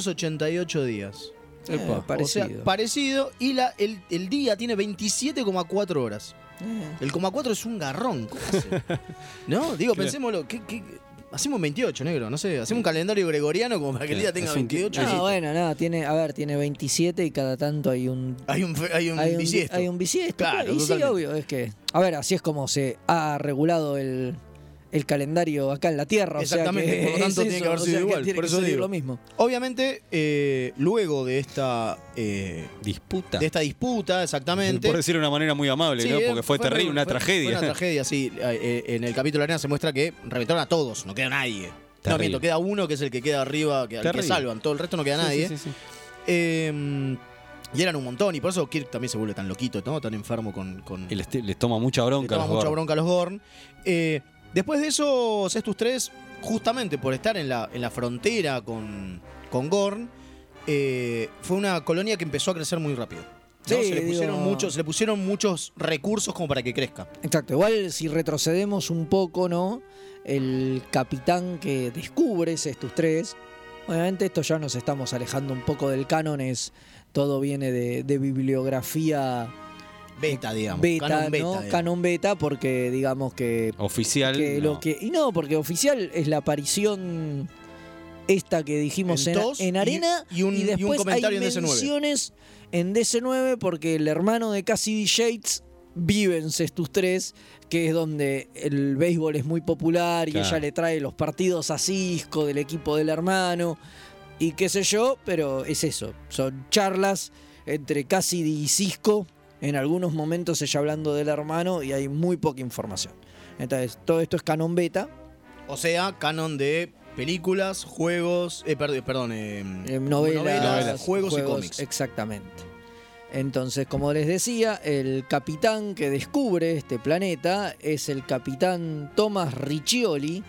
Speaker 4: 288 días.
Speaker 2: Eh,
Speaker 4: Epa.
Speaker 2: parecido.
Speaker 4: O sea, parecido. Y la, el, el día tiene 27,4 horas.
Speaker 2: Eh.
Speaker 4: El coma 4 es un garrón. ¿cómo hace? ¿No? Digo, pensémoslo. ¿qué, qué- Hacemos 28, negro. No sé. Hacemos un calendario gregoriano como para que el día
Speaker 3: Claro,
Speaker 4: tenga
Speaker 3: es un-
Speaker 4: 28. y
Speaker 2: No,
Speaker 4: listo.
Speaker 2: bueno, nada, tiene, a ver, tiene 27 y cada tanto hay un
Speaker 4: Hay un, fe- hay un
Speaker 2: hay un,
Speaker 4: bisiesto.
Speaker 2: hay un bisiesto.
Speaker 4: Claro,
Speaker 2: claro, y sí,
Speaker 4: totalmente.
Speaker 2: obvio, es que. A ver, así es como se ha regulado el, el calendario acá en la Tierra. o sea que
Speaker 4: Exactamente, por lo tanto,
Speaker 2: es
Speaker 4: tiene que
Speaker 2: eso,
Speaker 4: haber
Speaker 2: o
Speaker 4: sido
Speaker 2: sea
Speaker 4: igual,
Speaker 2: tiene
Speaker 4: por
Speaker 2: que
Speaker 4: eso
Speaker 2: salir
Speaker 4: digo.
Speaker 2: lo mismo.
Speaker 4: Obviamente, eh, luego de esta, eh,
Speaker 3: Disputa.
Speaker 4: de esta disputa, exactamente.
Speaker 3: Por decirlo de una manera muy amable,
Speaker 4: Sí,
Speaker 3: ¿no?
Speaker 4: eh,
Speaker 3: Porque fue, terrible, una
Speaker 4: fue-
Speaker 3: tragedia.
Speaker 4: Fue una tragedia, sí. Eh, eh, En el capítulo de Arena se muestra que reventaron a todos, no queda nadie. No,
Speaker 3: Terrible.
Speaker 4: miento, queda uno que es el que queda arriba, que, al que
Speaker 3: Terrible.
Speaker 4: salvan, todo el resto no queda nadie.
Speaker 3: Sí, sí, sí,
Speaker 4: Eh, y eran un montón, y por eso Kirk también se vuelve tan loquito, ¿no? Tan enfermo con. con
Speaker 3: sí. Y les, te- les toma mucha bronca.
Speaker 4: le toma
Speaker 3: a los
Speaker 4: mucha
Speaker 3: Gorn.
Speaker 4: bronca a los Gorn. Eh, después de eso, Cestus 3, justamente por estar en la, en la frontera con, con Gorn, eh, fue una colonia que empezó a crecer muy rápido. ¿no?
Speaker 2: Sí,
Speaker 4: se, le pusieron
Speaker 2: digo-
Speaker 4: muchos, se le pusieron muchos recursos como para que crezca.
Speaker 2: Exacto, igual si retrocedemos un poco, ¿no? El capitán que descubre estos tres. Obviamente, esto ya nos estamos alejando un poco del canon, es. Todo viene de, de bibliografía
Speaker 4: Beta, digamos.
Speaker 2: beta,
Speaker 4: canon beta.
Speaker 2: ¿no?
Speaker 4: digamos.
Speaker 2: Canon beta, porque digamos que
Speaker 3: Oficial.
Speaker 2: que
Speaker 3: no.
Speaker 2: lo que y no porque oficial es la aparición esta que dijimos
Speaker 4: En
Speaker 2: en,
Speaker 4: dos
Speaker 2: en
Speaker 4: y-
Speaker 2: arena
Speaker 4: y un- y un
Speaker 2: después
Speaker 4: comentario
Speaker 2: hay
Speaker 4: en DC9.
Speaker 2: menciones en DC9 porque el hermano de Cassidy Yates vive en Cestus 3 que es donde el béisbol es muy popular y
Speaker 3: Claro.
Speaker 2: ella le trae los partidos a Cisco del equipo del hermano y qué sé yo pero es eso son charlas entre Cassidy y Cisco en algunos momentos ella hablando del hermano y hay muy poca información entonces, todo esto es canon beta.
Speaker 4: O sea, canon de películas, juegos, eh, perd- perdón, eh,
Speaker 2: eh, novelas,
Speaker 4: juegos, y cómics.
Speaker 2: Exactamente. Entonces, como les decía, el capitán que descubre este planeta es el capitán Thomas Riccioli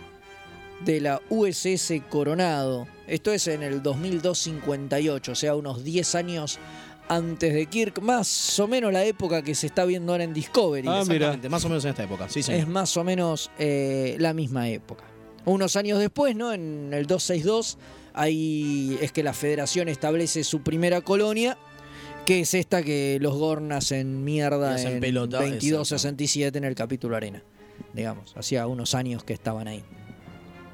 Speaker 2: de la USS Coronado. Esto es en el 2258, o sea, unos 10 años antes de Kirk, más o menos la época que se está viendo ahora en Discovery.
Speaker 3: Ah, mira.
Speaker 4: Exactamente, más o menos en esta época. Sí, señor.
Speaker 2: es más o menos eh, la misma época. Unos años después, ¿no? En el 262, ahí es que la federación establece su primera colonia, que es esta que los gornas en
Speaker 4: Y
Speaker 2: mierda
Speaker 4: hacen
Speaker 2: en
Speaker 4: pelota,
Speaker 2: 2267 en el capítulo Arena, digamos. Hacía unos años que estaban ahí.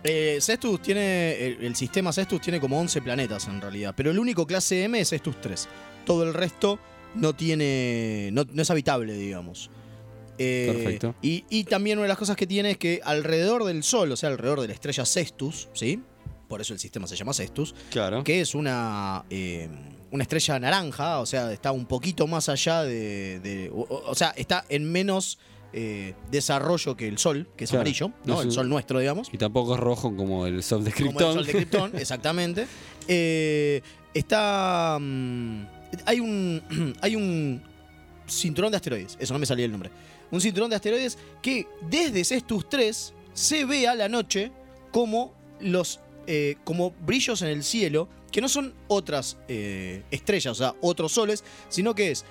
Speaker 4: Eh, Cestus tiene. El, el sistema Cestus tiene como 11 planetas en realidad. Pero el único clase M es Cestus 3. Todo el resto no tiene. no, no es habitable, digamos. Eh,
Speaker 3: Perfecto.
Speaker 4: Y, y también una de las cosas que tiene es que alrededor del Sol, o sea, alrededor de la estrella Cestus, ¿sí? Por eso el sistema se llama Cestus,
Speaker 3: Claro.
Speaker 4: que es una. eh, una estrella naranja, o sea, está un poquito más allá de. de- o, o- o sea, está en menos eh, desarrollo que el Sol, que es
Speaker 3: Claro.
Speaker 4: amarillo, ¿no?
Speaker 3: Es
Speaker 4: El
Speaker 3: un-
Speaker 4: Sol nuestro, digamos.
Speaker 3: Y tampoco es rojo como el soft de
Speaker 4: Como el
Speaker 3: Krypton.
Speaker 4: sol de Krypton, exactamente. Eh, está. mm, hay un. Hay un cinturón de asteroides. Eso no me salía el nombre. Un cinturón de asteroides que desde Cestus 3 se ve a la noche como los. eh, como brillos en el cielo. Que no son otras eh, estrellas, o sea, otros soles, sino que es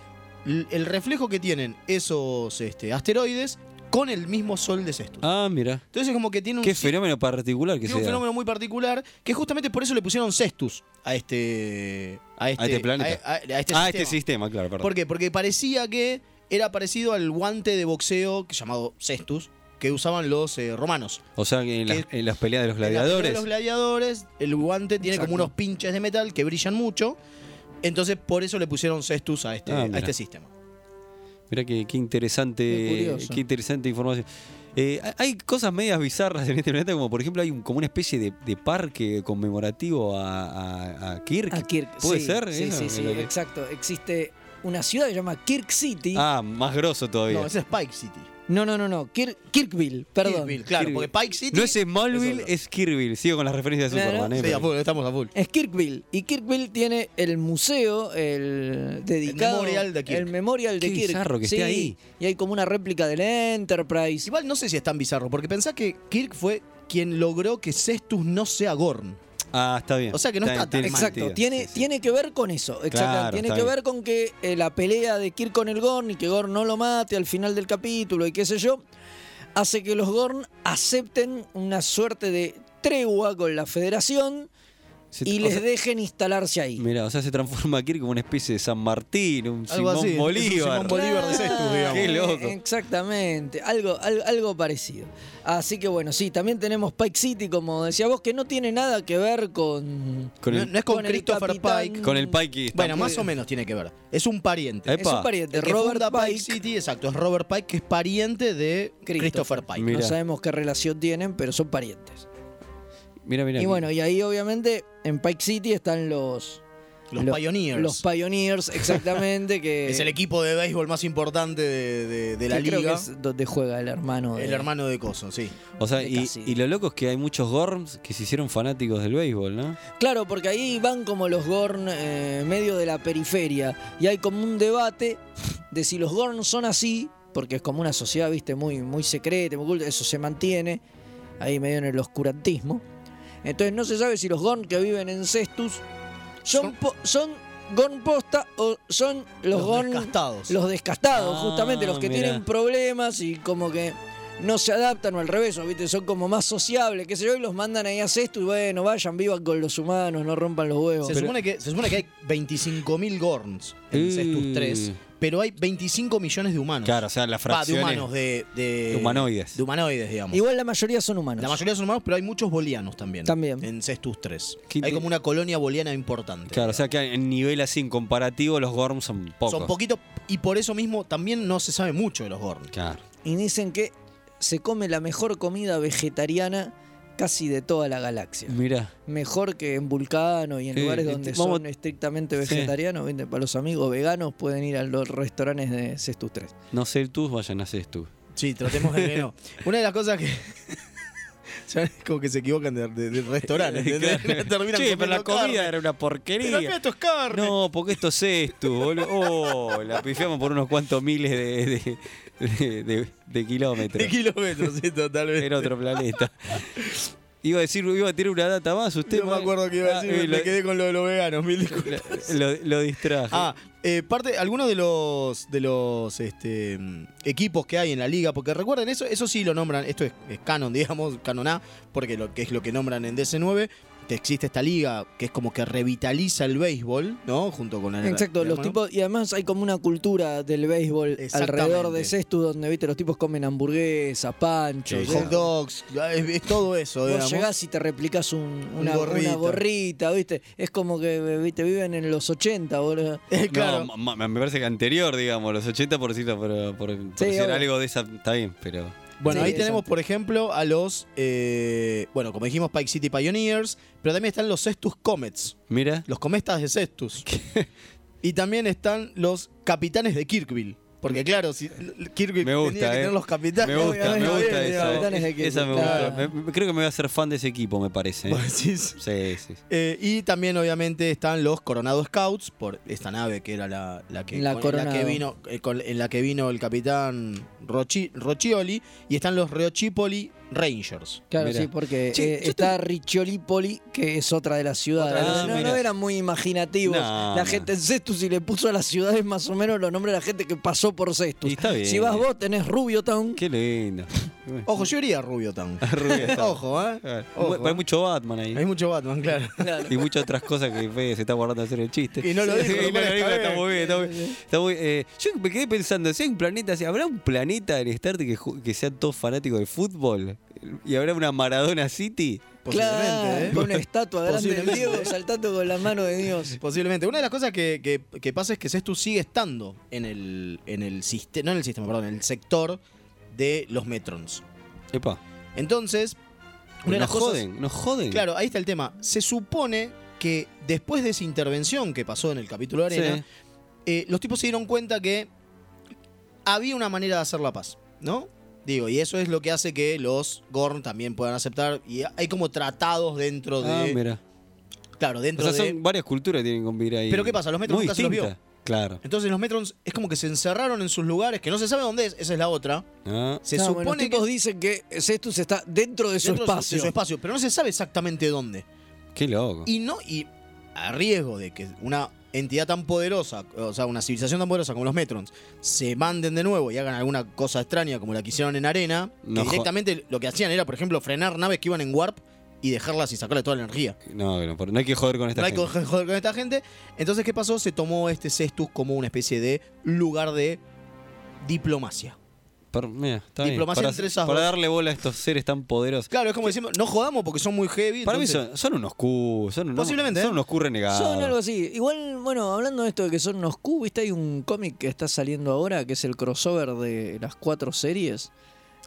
Speaker 4: l- el reflejo que tienen esos este, asteroides con el mismo sol de Cestus.
Speaker 3: Ah, mira.
Speaker 4: Entonces, como que tiene un.
Speaker 3: Qué
Speaker 4: ci-
Speaker 3: fenómeno particular que
Speaker 4: tiene un
Speaker 3: sea.
Speaker 4: fenómeno muy particular que justamente por eso le pusieron Cestus a este. A este,
Speaker 3: este planeta.
Speaker 4: a- a- a este
Speaker 3: ah,
Speaker 4: sistema.
Speaker 3: este sistema, claro, perdón.
Speaker 4: ¿Por qué? Porque parecía que era parecido al guante de boxeo que- llamado Cestus que usaban los eh, romanos.
Speaker 3: O sea, que en, las, en las peleas de los
Speaker 4: En la pelea
Speaker 3: gladiadores.
Speaker 4: de los gladiadores, el guante tiene como
Speaker 2: Exacto.
Speaker 4: unos pinches de metal que brillan mucho. Entonces, por eso le pusieron Cestus a este,
Speaker 3: Ah,
Speaker 4: a
Speaker 3: mira.
Speaker 4: este sistema.
Speaker 3: Mirá qué, qué
Speaker 2: Qué
Speaker 3: interesante,
Speaker 2: curioso.
Speaker 3: qué interesante información. Eh, hay cosas medias bizarras en este planeta, como por ejemplo hay un- como una especie de, de parque conmemorativo a, a- a Kirk.
Speaker 2: A Kirk.
Speaker 3: ¿Puede
Speaker 2: sí,
Speaker 3: ser? eh?
Speaker 2: Sí,
Speaker 3: eso?
Speaker 2: sí, sí, exacto. Existe una ciudad que se llama Kirk City.
Speaker 3: Ah, más grosso todavía.
Speaker 4: No, ese es Pike City.
Speaker 2: No, no, no, no. Kirk- Kirkville, perdón.
Speaker 4: Kirkville, claro,
Speaker 3: Kirkville.
Speaker 4: porque Pike City.
Speaker 3: No es Smallville,
Speaker 4: otro.
Speaker 3: es Kirby. Sigo con las referencias de
Speaker 2: Claro.
Speaker 3: Superman. eh,
Speaker 4: Sí, a
Speaker 3: pero-
Speaker 4: full, estamos a full.
Speaker 2: Es Kirkville. Y Kirkville tiene el museo, el dedicado.
Speaker 4: memorial de Kirk.
Speaker 2: El memorial de
Speaker 3: Qué
Speaker 2: Kirk.
Speaker 3: bizarro que
Speaker 2: sí,
Speaker 3: esté ahí.
Speaker 2: Y hay como una réplica del Enterprise.
Speaker 4: Igual no sé si es tan bizarro, porque pensá que Kirk fue quien logró que Cestus no sea Gorn.
Speaker 3: Ah, está bien.
Speaker 4: O sea que no está tan-
Speaker 2: Exacto,
Speaker 3: sentido.
Speaker 2: tiene,
Speaker 3: Sí, sí.
Speaker 2: tiene que ver con eso. Exacto,
Speaker 3: Claro,
Speaker 2: tiene
Speaker 3: está
Speaker 2: que
Speaker 3: bien.
Speaker 2: ver con que eh, la pelea de Kirk con el Gorn y que Gorn no lo mate al final del capítulo y qué sé yo, hace que los Gorn acepten una suerte de tregua con la Federación
Speaker 3: Se-
Speaker 2: y
Speaker 3: o
Speaker 2: les
Speaker 3: sea,
Speaker 2: dejen instalarse ahí.
Speaker 3: Mirá, o sea, se transforma Kirk como una especie de San Martín, un Simón
Speaker 4: así, es un
Speaker 3: Bolívar.
Speaker 4: Simón Bolívar de Cestus, digamos.
Speaker 3: Qué loco.
Speaker 2: eh, Exactamente, algo, al- algo parecido. Así que bueno, sí, también tenemos Pike City, como decía vos, que no tiene nada que ver con.
Speaker 3: Con
Speaker 4: No,
Speaker 3: el,
Speaker 4: no es con,
Speaker 2: con el
Speaker 4: Christopher
Speaker 2: capitán.
Speaker 4: Pike.
Speaker 3: con el Pikey.
Speaker 4: Bueno, más o menos tiene que ver. Es un pariente.
Speaker 3: Eh,
Speaker 2: Es un
Speaker 3: Epa.
Speaker 2: pariente,
Speaker 4: El que
Speaker 2: Robert
Speaker 4: funda Pike
Speaker 2: Pike.
Speaker 4: City, exacto, es Robert Pike, que es pariente de
Speaker 2: Christopher.
Speaker 4: Christopher, Pike.
Speaker 3: Mirá.
Speaker 2: No sabemos qué relación tienen, pero son parientes.
Speaker 3: Mira, mira.
Speaker 2: Y bueno, y ahí obviamente en Pike City están los.
Speaker 4: Los
Speaker 2: lo-
Speaker 4: Pioneers.
Speaker 2: Los Pioneers, exactamente, que.
Speaker 4: es el equipo de béisbol más importante de, de- de la
Speaker 2: que creo que
Speaker 4: liga.
Speaker 2: es eh, donde juega el hermano. de-
Speaker 4: El hermano de Coso, sí.
Speaker 3: O sea,
Speaker 2: de
Speaker 3: y,
Speaker 2: Cassidy.
Speaker 3: y lo loco es que hay muchos Gorms que se hicieron fanáticos del béisbol, ¿no?
Speaker 2: Claro, porque ahí van como los Gorn eh, medio de la periferia y hay como un debate de si los Gorn son así, porque es como una sociedad, viste, muy, muy secreta, muy oculta, eso se mantiene ahí medio en el oscurantismo. Entonces no se sabe si los Gorn que viven en Cestus son,
Speaker 4: Son-
Speaker 2: po- son Gorn posta o son los,
Speaker 4: Los
Speaker 2: Gorn...
Speaker 4: descastados.
Speaker 2: Los descastados,
Speaker 3: Ah,
Speaker 2: justamente, los que
Speaker 3: mirá.
Speaker 2: tienen problemas y como que no se adaptan o al revés, o, ¿viste? son como más sociables, qué sé yo, y los mandan ahí a cesto y bueno, vayan, vivan con los humanos, no rompan los huevos.
Speaker 4: se, supone que, se supone que hay 25.000 Gorns en
Speaker 3: Eh.
Speaker 4: Cestus 3, pero hay 25 millones de humanos.
Speaker 3: Claro, o sea, la
Speaker 4: Va, de
Speaker 3: fracción.
Speaker 4: humanos, de, de-
Speaker 3: de humanoides.
Speaker 4: De humanoides, digamos.
Speaker 2: Igual la mayoría son humanos.
Speaker 4: La mayoría son humanos, pero hay muchos bolianos también.
Speaker 2: También.
Speaker 4: En Cestus 3.
Speaker 3: Qué
Speaker 4: Hay
Speaker 3: inte-
Speaker 4: como una colonia boliana importante.
Speaker 3: Claro, o sea que en nivel así, en comparativo, los Gorms son pocos.
Speaker 4: Son poquitos y por eso mismo también no se sabe mucho de los Gorn.
Speaker 3: Claro.
Speaker 2: Y dicen que se come la mejor comida vegetariana casi de toda la galaxia.
Speaker 3: Mira.
Speaker 2: Mejor que en Vulcano y en
Speaker 3: Sí,
Speaker 2: lugares
Speaker 3: este,
Speaker 2: donde
Speaker 3: vamos-
Speaker 2: son estrictamente
Speaker 3: Sí.
Speaker 2: vegetarianos, ¿viste? para los amigos veganos pueden ir a los restaurantes de Cestus 3.
Speaker 3: No sé tú, vayan a hacer tú.
Speaker 4: Sí, tratemos de que no. Una de las cosas que. Ya es como que se equivocan de, de- del restaurante. ¿entendés? Terminan
Speaker 3: Che, pero la
Speaker 4: comiendo carne.
Speaker 3: comida era una
Speaker 4: Pero acá
Speaker 3: porquería.
Speaker 4: esto es carne.
Speaker 3: No, porque esto es esto, boludo. Oh, la pifiamos por unos cuantos miles de, de- de- de- de kilómetros.
Speaker 4: De kilómetros, sí, totalmente.
Speaker 3: Era otro planeta. Iba a decir, iba a tirar una data más usted.
Speaker 4: no me acuerdo qué iba a
Speaker 3: Ah,
Speaker 4: decir,
Speaker 3: eh,
Speaker 4: me
Speaker 3: lo-
Speaker 4: quedé con lo de los veganos, mil disculpas.
Speaker 3: Lo, lo distraje.
Speaker 4: Ah, eh, parte, algunos de los de los este, mm, equipos que hay en la liga, porque recuerden, eso, eso sí lo nombran, esto es, es canon, digamos, canon A, porque lo que es lo que nombran en DC9, este, existe esta liga que es como que revitaliza el béisbol, ¿no? Junto con el.
Speaker 2: Exacto,
Speaker 4: el
Speaker 2: los
Speaker 4: hermano.
Speaker 2: tipos. Y además hay como una cultura del béisbol
Speaker 4: Exactamente.
Speaker 2: alrededor de Sestu, donde viste, los tipos comen hamburguesas, panchos.
Speaker 3: Sí,
Speaker 2: ¿eh?
Speaker 4: Hot dogs, Ah, es, es todo eso,
Speaker 2: Vos
Speaker 4: digamos.
Speaker 2: llegás y te replicás un- una, una gorrita.
Speaker 4: gorrito.
Speaker 2: ¿viste? Es como que viste, viven en los 80, boludo.
Speaker 4: Eh, claro.
Speaker 3: No, ma- ma- me parece que anterior, digamos, los 80 por decirlo, por, por, por
Speaker 2: Sí,
Speaker 3: decir
Speaker 2: obvio.
Speaker 3: algo de esa, está bien, pero...
Speaker 4: Bueno,
Speaker 2: Sí,
Speaker 4: ahí tenemos,
Speaker 2: exacto.
Speaker 4: por ejemplo, a los. eh, bueno, como dijimos, Pike City Pioneers, pero también están los Cestus Comets,
Speaker 3: Mira,
Speaker 4: los comestas de Cestus. y también están los capitanes de Kirkville. Porque, claro, si Kirkville
Speaker 3: Me gusta,
Speaker 4: tenía que
Speaker 3: eh.
Speaker 4: tener los
Speaker 3: me
Speaker 4: capitanes.
Speaker 3: gusta, me
Speaker 2: obviamente,
Speaker 3: gusta
Speaker 2: obviamente,
Speaker 3: esa.
Speaker 2: capitanes de
Speaker 3: eh.
Speaker 2: equipo,
Speaker 3: Esa me
Speaker 2: claro.
Speaker 3: gusta. Me- me- creo que me voy a hacer fan de ese equipo, me parece. eh.
Speaker 4: Vos decís.
Speaker 3: Sí, sí. sí.
Speaker 4: Eh, y también, obviamente, están los Coronado Scouts, por esta nave que era la, la que,
Speaker 2: La
Speaker 4: con- en que
Speaker 2: Coronado.
Speaker 4: vino, eh, con- en la que vino el capitán Rochi- Roccioli. Y están los Rochipoli Rangers.
Speaker 2: Claro,
Speaker 3: Mirá.
Speaker 2: sí, porque
Speaker 3: Che,
Speaker 2: eh,
Speaker 3: yo
Speaker 2: está Richiolipoli, que es otra de las ciudades.
Speaker 3: Otra de las
Speaker 2: no,
Speaker 3: ciudades.
Speaker 2: no eran muy imaginativos.
Speaker 3: No,
Speaker 2: la
Speaker 3: no.
Speaker 2: gente en Cestus, si le puso a las ciudades más o menos los nombres de la gente que pasó por Cestus.
Speaker 3: Y está bien.
Speaker 2: Si vas vos, tenés Rubio Town.
Speaker 3: Qué lindo.
Speaker 4: Ojo, yo iría a Rubio Town.
Speaker 3: Rubio Town.
Speaker 4: Ojo, ¿eh?
Speaker 3: Ah,
Speaker 4: Ojo.
Speaker 3: Hay mucho Batman
Speaker 4: Hay
Speaker 3: ahí.
Speaker 4: mucho Batman, claro.
Speaker 2: Claro.
Speaker 3: Y muchas otras cosas que Fede se está guardando hacer el chiste.
Speaker 4: Y no lo
Speaker 3: Sí,
Speaker 4: dijo,
Speaker 3: sí,
Speaker 4: lo
Speaker 3: no lo
Speaker 4: parece,
Speaker 3: dijo,
Speaker 4: está
Speaker 3: está
Speaker 4: bien.
Speaker 3: muy bien. Está muy, está muy- eh, yo me quedé pensando, si hay un planeta, si habrá un planeta en Star Trek que, ju- que sean todos fanáticos de fútbol y habrá una Maradona City.
Speaker 4: Posiblemente,
Speaker 2: Claro,
Speaker 4: ¿eh?
Speaker 2: con una estatua grande del
Speaker 4: Posiblemente.
Speaker 2: Diego saltando con la mano de Dios.
Speaker 4: Posiblemente. Una de las cosas que, que- que pasa es que Cestu sigue estando en el, en el sistema, no en el sistema, perdón, en el sector de los Metrons.
Speaker 3: Epa,
Speaker 4: Entonces, una de
Speaker 3: nos
Speaker 4: las cosas-
Speaker 3: joden, nos joden.
Speaker 4: Claro, ahí está el tema. Se supone que después de esa intervención que pasó en el capítulo de
Speaker 3: Sí. Ah,
Speaker 4: Arena, eh, los tipos se dieron cuenta que había una manera de hacer la paz, ¿no? Digo, y eso es lo que hace que los Gorn también puedan aceptar. Y hay como tratados dentro
Speaker 3: Ah,
Speaker 4: de.
Speaker 3: mira.
Speaker 4: claro,
Speaker 3: O
Speaker 4: dentro
Speaker 3: sea, son
Speaker 4: de.
Speaker 3: varias culturas que tienen que convivir ahí.
Speaker 4: Pero ¿qué pasa? Los metros
Speaker 3: Muy
Speaker 4: nunca se los vio.
Speaker 3: distintas. Claro.
Speaker 4: Entonces los Metrons es como que se encerraron en sus lugares, que no se sabe dónde es, esa es la otra.
Speaker 3: Ah,
Speaker 4: Se
Speaker 2: No, bueno,
Speaker 4: supone
Speaker 2: los
Speaker 4: que
Speaker 2: tipos dicen que Cestus está dentro de su
Speaker 4: dentro de
Speaker 2: espacio.
Speaker 4: de su espacio, pero no se sabe exactamente dónde.
Speaker 3: qué loco.
Speaker 4: Y no, y a riesgo de que una entidad tan poderosa, o sea, una civilización tan poderosa como los Metrons, se manden de nuevo y hagan alguna cosa extraña como la que hicieron en Arena,
Speaker 3: No
Speaker 4: que directamente lo que hacían era, por ejemplo, frenar naves que iban en Warp y dejarlas y sacarle toda la energía.
Speaker 3: No, no, por- no hay que joder con esta
Speaker 4: No hay
Speaker 3: gente.
Speaker 4: que joder con esta gente. Entonces, ¿qué pasó? Se tomó este Cestus como una especie de lugar de diplomacia.
Speaker 3: Por- mira, está bien.
Speaker 4: Diplomacia
Speaker 3: para,
Speaker 4: entre esas
Speaker 3: para
Speaker 4: dos.
Speaker 3: darle bola a estos seres tan poderosos.
Speaker 4: Claro, es como decimos, no jodamos porque son muy heavy.
Speaker 3: Para mí
Speaker 4: entonces-
Speaker 3: son, son unos Q, son unos,
Speaker 4: Posiblemente,
Speaker 3: son
Speaker 4: ¿eh?
Speaker 3: unos Q renegados.
Speaker 2: Son algo así. Igual, bueno, hablando de esto de que son unos Q, ¿viste? Hay un cómic que está saliendo ahora, que es el crossover de las cuatro series,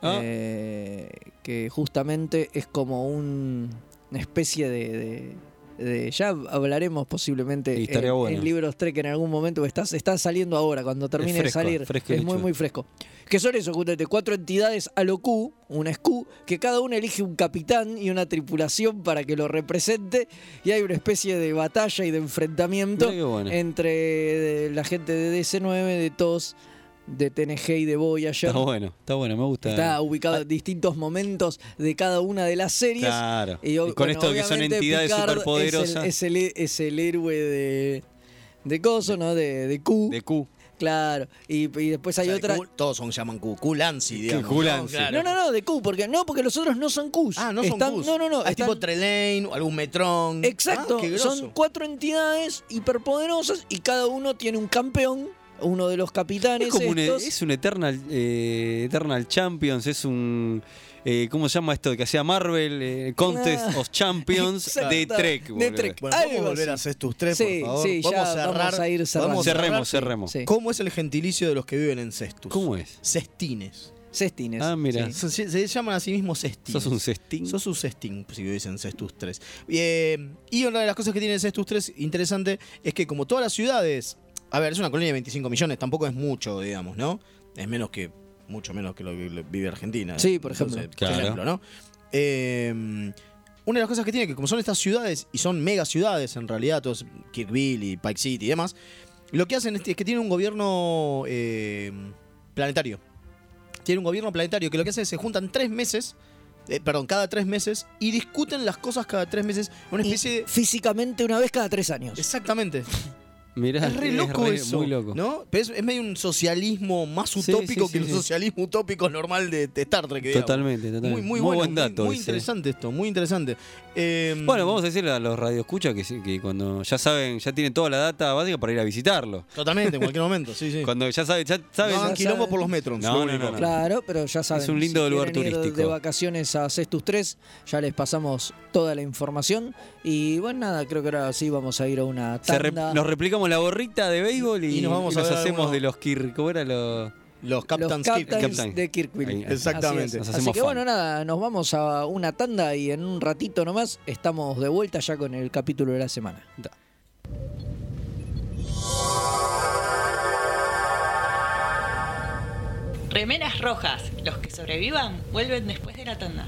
Speaker 3: Ah.
Speaker 2: eh, que justamente es como un- una especie de... de- de- ya hablaremos posiblemente
Speaker 3: Y estaría
Speaker 2: en,
Speaker 3: bueno.
Speaker 2: en libros Trek en algún momento, que está, está saliendo ahora, cuando termine
Speaker 3: fresco,
Speaker 2: de salir.
Speaker 3: fresco y
Speaker 2: es muy,
Speaker 3: lechuga.
Speaker 2: muy fresco. Que son eso, justamente, cuatro entidades a lo Q, una es Q, que cada una elige un capitán y una tripulación para que lo represente, y hay una especie de batalla y de enfrentamiento
Speaker 3: Mirá qué bueno.
Speaker 2: entre eh, la gente de DC9, de TOS, de TNG y de Voyager.
Speaker 3: Está bueno, está bueno, me gusta.
Speaker 2: Está ubicado en distintos momentos de cada una de las series.
Speaker 3: Claro. Y,
Speaker 2: ob-
Speaker 3: con
Speaker 2: bueno,
Speaker 3: esto de que son
Speaker 2: obviamente
Speaker 3: entidades
Speaker 2: Picard
Speaker 3: superpoderosas
Speaker 2: Es el, es el- es el héroe de. De Coso, ¿no? De, de Q.
Speaker 3: de Q.
Speaker 2: Claro. Y, y después
Speaker 4: o
Speaker 2: hay
Speaker 4: sea,
Speaker 2: otra.
Speaker 4: Q- todos son llaman Q, Q Lancy, digamos.
Speaker 3: Q Lancy.
Speaker 4: claro.
Speaker 2: No, no, no, de Q, porque no, porque los otros no son Qs.
Speaker 4: Ah, no son
Speaker 2: Están-
Speaker 4: Qs.
Speaker 2: No, no, no.
Speaker 4: Hay
Speaker 2: están-
Speaker 4: tipo Trelane o algún Metrón.
Speaker 2: Exacto,
Speaker 4: Ah, qué groso.
Speaker 2: son cuatro entidades hiperpoderosas y cada uno tiene un campeón, uno de los capitanes.
Speaker 3: Es como un, e-,
Speaker 2: estos.
Speaker 3: es un Eternal, eh, Eternal Champions, es un. eh, ¿Cómo se llama esto que hacía Marvel? Eh, Contest
Speaker 4: Ah.
Speaker 2: Claro.
Speaker 3: of Champions de
Speaker 2: Exacto,
Speaker 3: Trek.
Speaker 2: de
Speaker 3: boludo.
Speaker 2: Trek.
Speaker 4: Bueno, podemos
Speaker 2: Algo
Speaker 4: volver a
Speaker 2: así.
Speaker 4: hacer tus tres,
Speaker 2: Sí,
Speaker 4: por favor.
Speaker 2: sí, ya
Speaker 4: vamos a cerrar.
Speaker 2: vamos a ir cerrando.
Speaker 4: vamos a cerrar,
Speaker 3: Cerremos,
Speaker 4: sí.
Speaker 3: cerremos.
Speaker 2: Sí.
Speaker 4: ¿Cómo es el gentilicio de los que viven en Cestus?
Speaker 3: ¿Cómo es?
Speaker 4: Cestines.
Speaker 2: Cestines.
Speaker 3: Ah, mira.
Speaker 2: sí.
Speaker 4: Se, se- se llaman a sí mismos cestines.
Speaker 3: Sos un cestín.
Speaker 4: Sos un cestín, si dicen Cestus 3. Y, eh, y una de las cosas que tiene Cestus 3 interesante es que como todas las ciudades... A ver, es una colonia de 25 millones, tampoco es mucho, digamos, ¿no? Es menos que... Mucho menos que lo que lo- vive Argentina.
Speaker 2: Sí, por ejemplo.
Speaker 3: Claro.
Speaker 4: ¿no? Eh, una de las cosas que tiene que como son estas ciudades, y son mega ciudades en realidad, todos Kirkville y Pike City y demás, lo que hacen es que tienen un gobierno eh, planetario. Tiene un gobierno planetario que lo que hace es que se juntan tres meses, eh, perdón, cada tres meses, y discuten las cosas cada tres meses. Una
Speaker 2: Y
Speaker 4: especie de...
Speaker 2: Físicamente una vez cada tres años.
Speaker 4: Exactamente.
Speaker 3: Mirá,
Speaker 4: Es re loco
Speaker 3: re-
Speaker 4: eso.
Speaker 3: Muy loco.
Speaker 4: ¿No? Pero es, es medio un socialismo más
Speaker 3: Sí,
Speaker 4: utópico
Speaker 3: sí,
Speaker 4: que
Speaker 3: sí,
Speaker 4: el
Speaker 3: sí.
Speaker 4: socialismo utópico normal de, de Star Trek. digamos.
Speaker 3: Totalmente,
Speaker 4: Muy,
Speaker 3: totalmente.
Speaker 4: muy, bueno,
Speaker 3: buen dato.
Speaker 4: Muy, muy
Speaker 3: ese.
Speaker 4: interesante esto, muy interesante. Eh,
Speaker 3: Bueno, vamos a decirle a los radioescuchas que, sí, que cuando ya saben, ya tienen toda la data básica para ir a visitarlo.
Speaker 4: Totalmente, en cualquier momento, sí, sí.
Speaker 3: Cuando ya saben, ya saben.
Speaker 4: no hagan
Speaker 2: Ya
Speaker 4: quilombo
Speaker 2: saben.
Speaker 4: por los metros.
Speaker 3: No,
Speaker 4: lo
Speaker 3: no,
Speaker 4: único.
Speaker 3: no, no.
Speaker 2: Claro, pero ya saben.
Speaker 3: un lindo
Speaker 2: si
Speaker 3: lugar
Speaker 2: quieren ir
Speaker 3: turístico.
Speaker 2: de vacaciones a Cestus 3, ya les pasamos toda la información. Y bueno, nada, creo que ahora sí vamos a ir a una
Speaker 3: se re-
Speaker 2: tanda.
Speaker 3: nos replicamos la gorrita de béisbol y,
Speaker 4: Y nos vamos a ver
Speaker 3: hacemos
Speaker 4: alguno-
Speaker 3: de los Kirk. ¿Cómo era los.?
Speaker 4: Los
Speaker 2: Los
Speaker 4: Captain's Kick.
Speaker 2: Captains
Speaker 3: Captain.
Speaker 2: de Kirkville.
Speaker 3: Ahí, ahí.
Speaker 4: Exactamente.
Speaker 2: Así, es.
Speaker 3: Nos
Speaker 2: Así
Speaker 3: hacemos
Speaker 2: que
Speaker 3: fan.
Speaker 2: bueno, nada, nos vamos a una tanda y en un ratito nomás estamos de vuelta ya con el capítulo de la semana.
Speaker 5: Remeras rojas. Los que sobrevivan vuelven después de la tanda.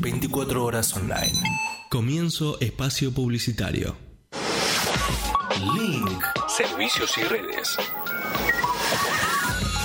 Speaker 6: 24 horas online.
Speaker 7: Comienzo espacio publicitario.
Speaker 6: Link. Servicios y redes.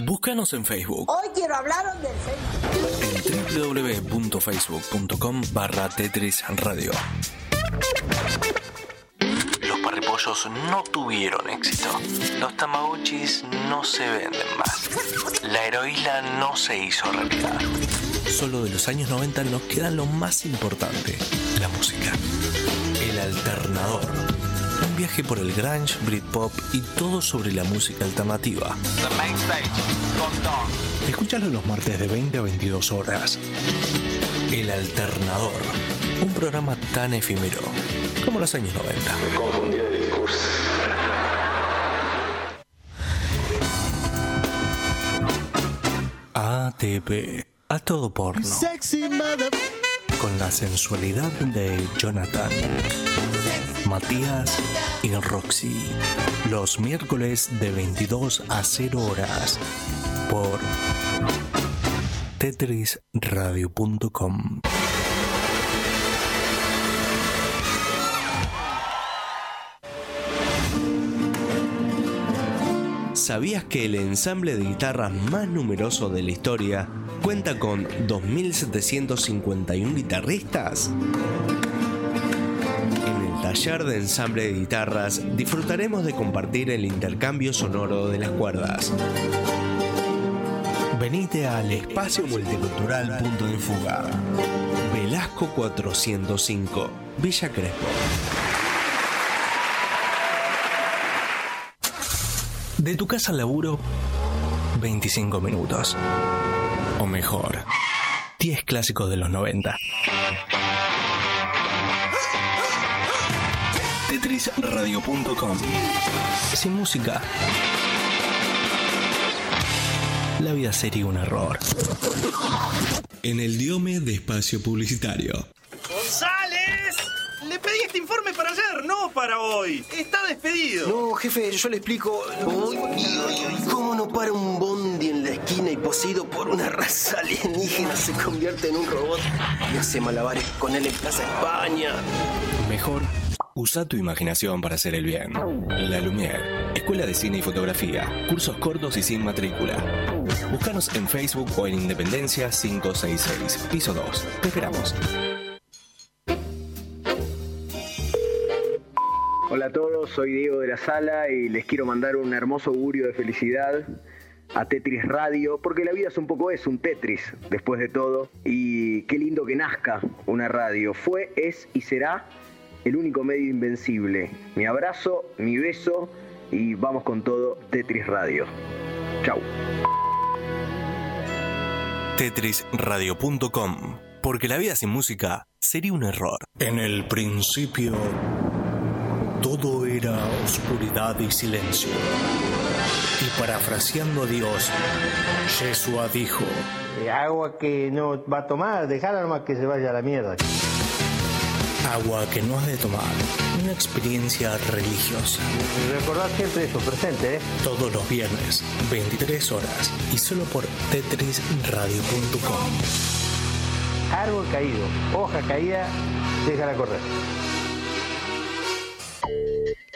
Speaker 6: Búscanos en Facebook
Speaker 8: Hoy quiero hablaros del Facebook.
Speaker 6: en www.facebook.com barra Tetris Radio. Los parripollos no tuvieron éxito. Los tamagotchis no se venden más. La heroína no se hizo realidad. Solo de los años 90 nos queda lo más importante, la música. El alternador. Un viaje por el grunge, Britpop y todo sobre la música alternativa. Escúchalo los martes de 20 a 22 horas. El Alternador. Un programa tan efímero como los años 90. ATP. A todo porno. Con la sensualidad de Jonathan. Matías y Roxy. Los miércoles de 22 a 0 horas. Por tetrisradio.com.
Speaker 9: ¿Sabías que el ensamble de guitarras más numeroso de la historia cuenta con 2.751 guitarristas? En el taller de ensamble de guitarras disfrutaremos de compartir el intercambio sonoro de las cuerdas. Venite al espacio multicultural Punto de Fuga. Velasco 405, Villa Crespo.
Speaker 6: De tu casa al laburo, 25 minutos. O mejor, 10 clásicos de los 90. Tetrisradio.com Sin música, la vida sería un error.
Speaker 7: En el diome de espacio publicitario.
Speaker 10: ¡González! Le pedí este informe para ayer, no para hoy. Está despedido.
Speaker 11: No, jefe, yo le explico. Uy, uy, uy, ¿Cómo no para un bondi en la esquina y poseído por una raza alienígena se convierte en un robot y hace malabares con él en Plaza España?
Speaker 6: Mejor, usa tu imaginación para hacer el bien. La Lumière, Escuela de Cine y Fotografía, cursos cortos y sin matrícula. Búscanos en Facebook o en Independencia 566, piso 2. Te esperamos.
Speaker 11: Hola a todos, soy Diego de la Sala y les quiero mandar un hermoso augurio de felicidad a Tetris Radio, porque la vida es un poco eso, un Tetris, después de todo. Y qué lindo que nazca una radio. Fue, es y será
Speaker 12: el único medio invencible. Mi abrazo, mi beso y vamos con todo Tetris Radio. Chau.
Speaker 9: Tetrisradio.com Porque la vida sin música sería un error.
Speaker 7: En el principio, todo era oscuridad y silencio. Y parafraseando a Dios, Yeshua dijo,
Speaker 13: Eh, Agua que no va a tomar, dejar más que se vaya a la mierda.
Speaker 7: agua que no has de tomar, una experiencia religiosa.
Speaker 13: Recordad siempre eso, presente, ¿eh?
Speaker 7: Todos los viernes, 23 horas, y solo por tetrisradio.com.
Speaker 13: Árbol caído, hoja caída, déjala correr.